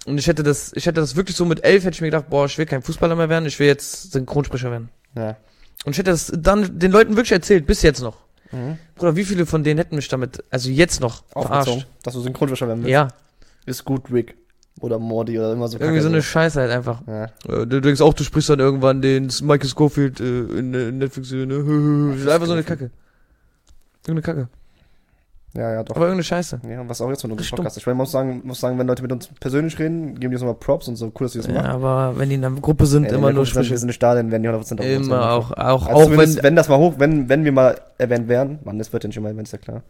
A: Und ich hätte das, ich hätte das wirklich so mit elf hätte ich mir gedacht, boah, ich will kein Fußballer mehr werden, ich will jetzt Synchronsprecher werden.
B: Ja.
A: Und ich hätte das dann den Leuten wirklich erzählt, bis jetzt noch.
B: Mhm.
A: Bruder, wie viele von denen hätten mich damit, also jetzt noch,
B: Aufgezogen,
A: verarscht?
B: dass du Synchronsprecher werden willst.
A: Ja,
B: Ist gut, Rick. Oder Morty oder immer so.
A: irgendwie so eine
B: Kacke.
A: Scheiße halt einfach.
B: ja.
A: Äh, Du denkst auch, du sprichst dann irgendwann den Michael Scofield äh, in, in Netflix, ne? Das ist einfach so eine Kacke. Irgendeine Kacke.
B: ja, ja, doch.
A: Aber irgendeine Scheiße.
B: ja, was auch jetzt mit unserem
A: Stimmt.
B: Podcast. Ich meine, man muss sagen, muss sagen, wenn Leute mit uns persönlich reden, geben die uns nochmal Props und so cool, dass sie das
A: Ja,
B: machen.
A: aber wenn die in einer Gruppe sind,
B: Ey,
A: immer
B: wenn
A: nur
B: wir sind, wir
A: sprechen.
B: sind nicht da, dann werden die 100% auf uns sein.
A: Immer auch, auch,
B: Also
A: auch wenn.
B: wenn, wenn das mal hoch, wenn, wenn wir mal erwähnt werden, man, das wird ja nicht immer erwähnt, ist ja klar.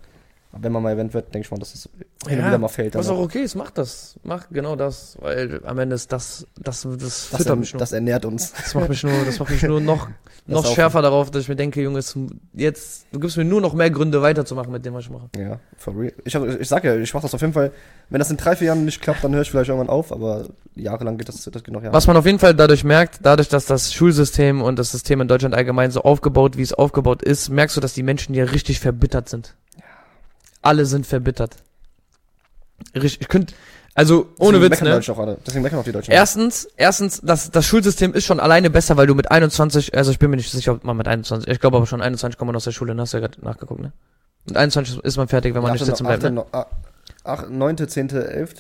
B: Aber wenn man mal erwähnt wird, denke ich mal, dass es hin und
A: Ja,
B: wieder mal fällt. Also
A: was
B: dann
A: auch okay ist, mach das. Mach genau das. Weil am Ende ist das, das, das
B: das,
A: füttert
B: er,
A: mich nur.
B: das ernährt uns.
A: Das macht mich nur, das macht mich nur noch, noch
B: auch-
A: schärfer darauf, dass ich mir denke, Junge, es- jetzt, du gibst mir nur noch mehr Gründe weiterzumachen mit dem, was ich mache.
B: Ja, for real. Ich, hab, ich sag ja, ich mach das auf jeden Fall. Wenn das in drei, vier Jahren nicht klappt, dann höre ich vielleicht irgendwann auf, aber jahrelang geht das, das geht noch Jahre.
A: Was man auf jeden Fall dadurch merkt, dadurch, dass das Schulsystem und das System in Deutschland allgemein so aufgebaut, wie es aufgebaut ist, merkst du, dass die Menschen hier richtig verbittert sind. Alle sind verbittert. Richtig, ich könnte, also ohne
B: Deswegen
A: Witz,
B: meckern
A: ne?
B: Deutsche auch alle. Deswegen meckern auch die Deutschen.
A: Erstens, erstens, das, das Schulsystem ist schon alleine besser, weil du mit 21, also ich bin mir nicht sicher, ob man mit 21, ich glaube aber schon 21 kommt man aus der Schule, ne? hast du ja gerade nachgeguckt, ne? Mit 21 ist man fertig, wenn man nicht sitzen bleibt. Ne?
B: ah, 8, 9., 10., 11.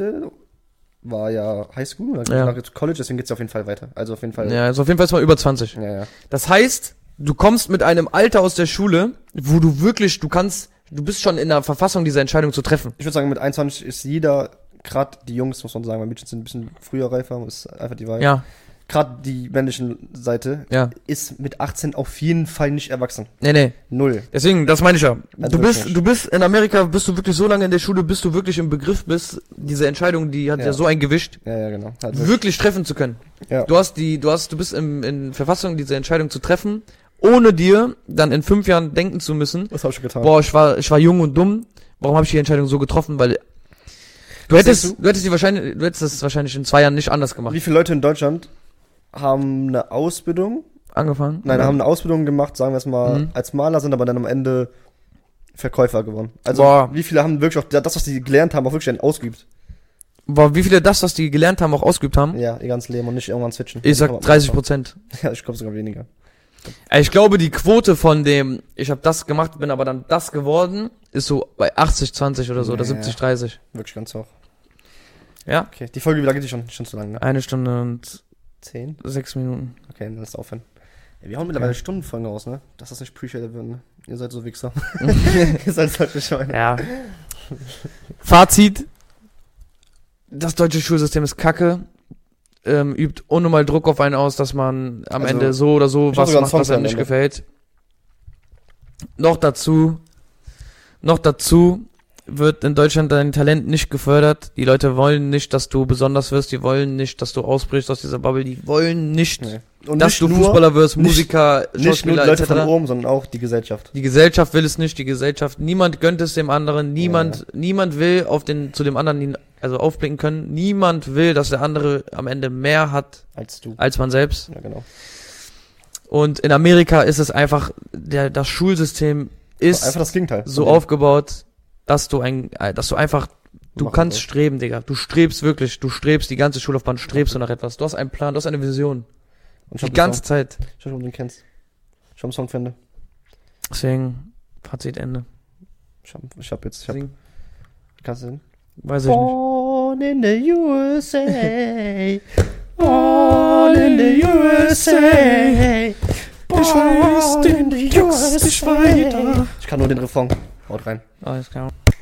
B: war ja Highschool, dann
A: Ja.
B: ja. nach College, deswegen geht's ja auf jeden Fall weiter. Also auf jeden Fall.
A: Ja, also auf jeden Fall ist man über 20.
B: ja. ja.
A: Das heißt, du kommst mit einem Alter aus der Schule, wo du wirklich, du kannst, du bist schon in der Verfassung, diese Entscheidung zu treffen.
B: Ich würde sagen, mit 21 ist jeder, gerade die Jungs, muss man sagen, weil Mädchen sind ein bisschen früher reifer, ist einfach die Wahrheit.
A: Ja.
B: gerade die männlichen Seite,
A: Ja.
B: ist mit 18 auf jeden Fall nicht erwachsen.
A: Nee, nee.
B: Null.
A: Deswegen, das meine ich ja.
B: Ja,
A: Du bist,
B: wirklich.
A: du bist in Amerika, bist du wirklich so lange in der Schule, bis du wirklich im Begriff bist, diese Entscheidung, die hat ja,
B: Ja.
A: so ein Gewicht,
B: Ja, ja, genau. Also,
A: wirklich treffen zu können.
B: ja.
A: Du hast die, du hast, du bist im, in Verfassung, diese Entscheidung zu treffen, ohne dir dann in fünf Jahren denken zu müssen,
B: Das habe ich schon getan.
A: boah, ich war, ich war jung und dumm, warum habe ich die Entscheidung so getroffen, weil du hättest, du hättest die wahrscheinlich, du hättest das wahrscheinlich in zwei Jahren nicht anders gemacht.
B: Wie viele Leute in Deutschland haben eine Ausbildung?
A: Angefangen?
B: Nein, haben eine Ausbildung gemacht, sagen wir es mal,
A: Mhm.
B: als Maler, sind aber dann am Ende Verkäufer geworden. Also
A: Boah.
B: wie viele haben wirklich auch das, was die gelernt haben, auch wirklich dann ausgeübt?
A: Boah, wie viele das, was die gelernt haben, auch ausgeübt haben?
B: Ja, ihr ganzes Leben und nicht irgendwann switchen.
A: Ich sag 30 Prozent.
B: Ja, ich glaube sogar weniger.
A: Ich glaube, die Quote von dem, ich habe das gemacht, bin aber dann das geworden, ist so bei 80, 20 oder so, oder
B: Ja.
A: 70, 30.
B: Wirklich ganz hoch.
A: Ja.
B: Okay, die Folge, wie lange geht die schon? Schon zu lange, ne?
A: Eine Stunde und
B: Zehn?
A: sechs Minuten.
B: Okay, dann lass aufhören. Ey, wir hauen mittlerweile
A: Okay.
B: Stundenfolgen raus, ne? Dass das nicht Pre-Shader wird, ne? Ihr seid so Wichser. Ihr seid solche Schweine.
A: Ja. Fazit. Das deutsche Schulsystem ist kacke. Ähm, übt unnormal Druck auf einen aus, dass man am
B: Also,
A: Ende so oder so
B: ich hab
A: was
B: sogar einen
A: macht,
B: Song
A: was einem
B: für
A: nicht
B: Ende.
A: gefällt. Noch dazu, noch dazu wird in Deutschland dein Talent nicht gefördert. Die Leute wollen nicht, dass du besonders wirst. Die wollen nicht, dass du ausbrichst aus dieser Bubble. Die wollen nicht,
B: Nee. Und
A: dass
B: nicht
A: du
B: nur-
A: Fußballer wirst,
B: nicht-
A: Musiker,
B: Nicht nur die
A: Schauspieler
B: Leute von
A: etc.
B: oben, sondern auch die Gesellschaft.
A: Die Gesellschaft will es nicht, die Gesellschaft, niemand gönnt es dem anderen, niemand,
B: Ja.
A: niemand will auf den, zu dem anderen, hin- also aufblicken können, niemand will, dass der andere am Ende mehr hat
B: Als du.
A: als man selbst.
B: Ja, genau.
A: Und in Amerika ist es einfach, der, das Schulsystem ist
B: Einfach das Gegenteil.
A: so
B: Von dem.
A: aufgebaut, dass du ein, äh, dass du einfach, du
B: Machen
A: kannst
B: soll.
A: streben, Digga, du strebst wirklich, du strebst die ganze Schullaufbahn, strebst du nach etwas, du hast einen Plan, du hast eine Vision,
B: Und ich
A: die
B: hab einen
A: ganze Zeit.
B: Song. Ich weiß nicht, ob du den kennst. Ich hab einen Song für Ende.
A: Deswegen, Fazit Ende.
B: Ich hab, ich hab jetzt, ich hab,
A: Sing.
B: kannst du den?
A: Weiß ich nicht.
B: Born in the USA. Born in the USA. Born in the USA. Ich kann nur den Refrain. Haut rein.
A: Alles klar.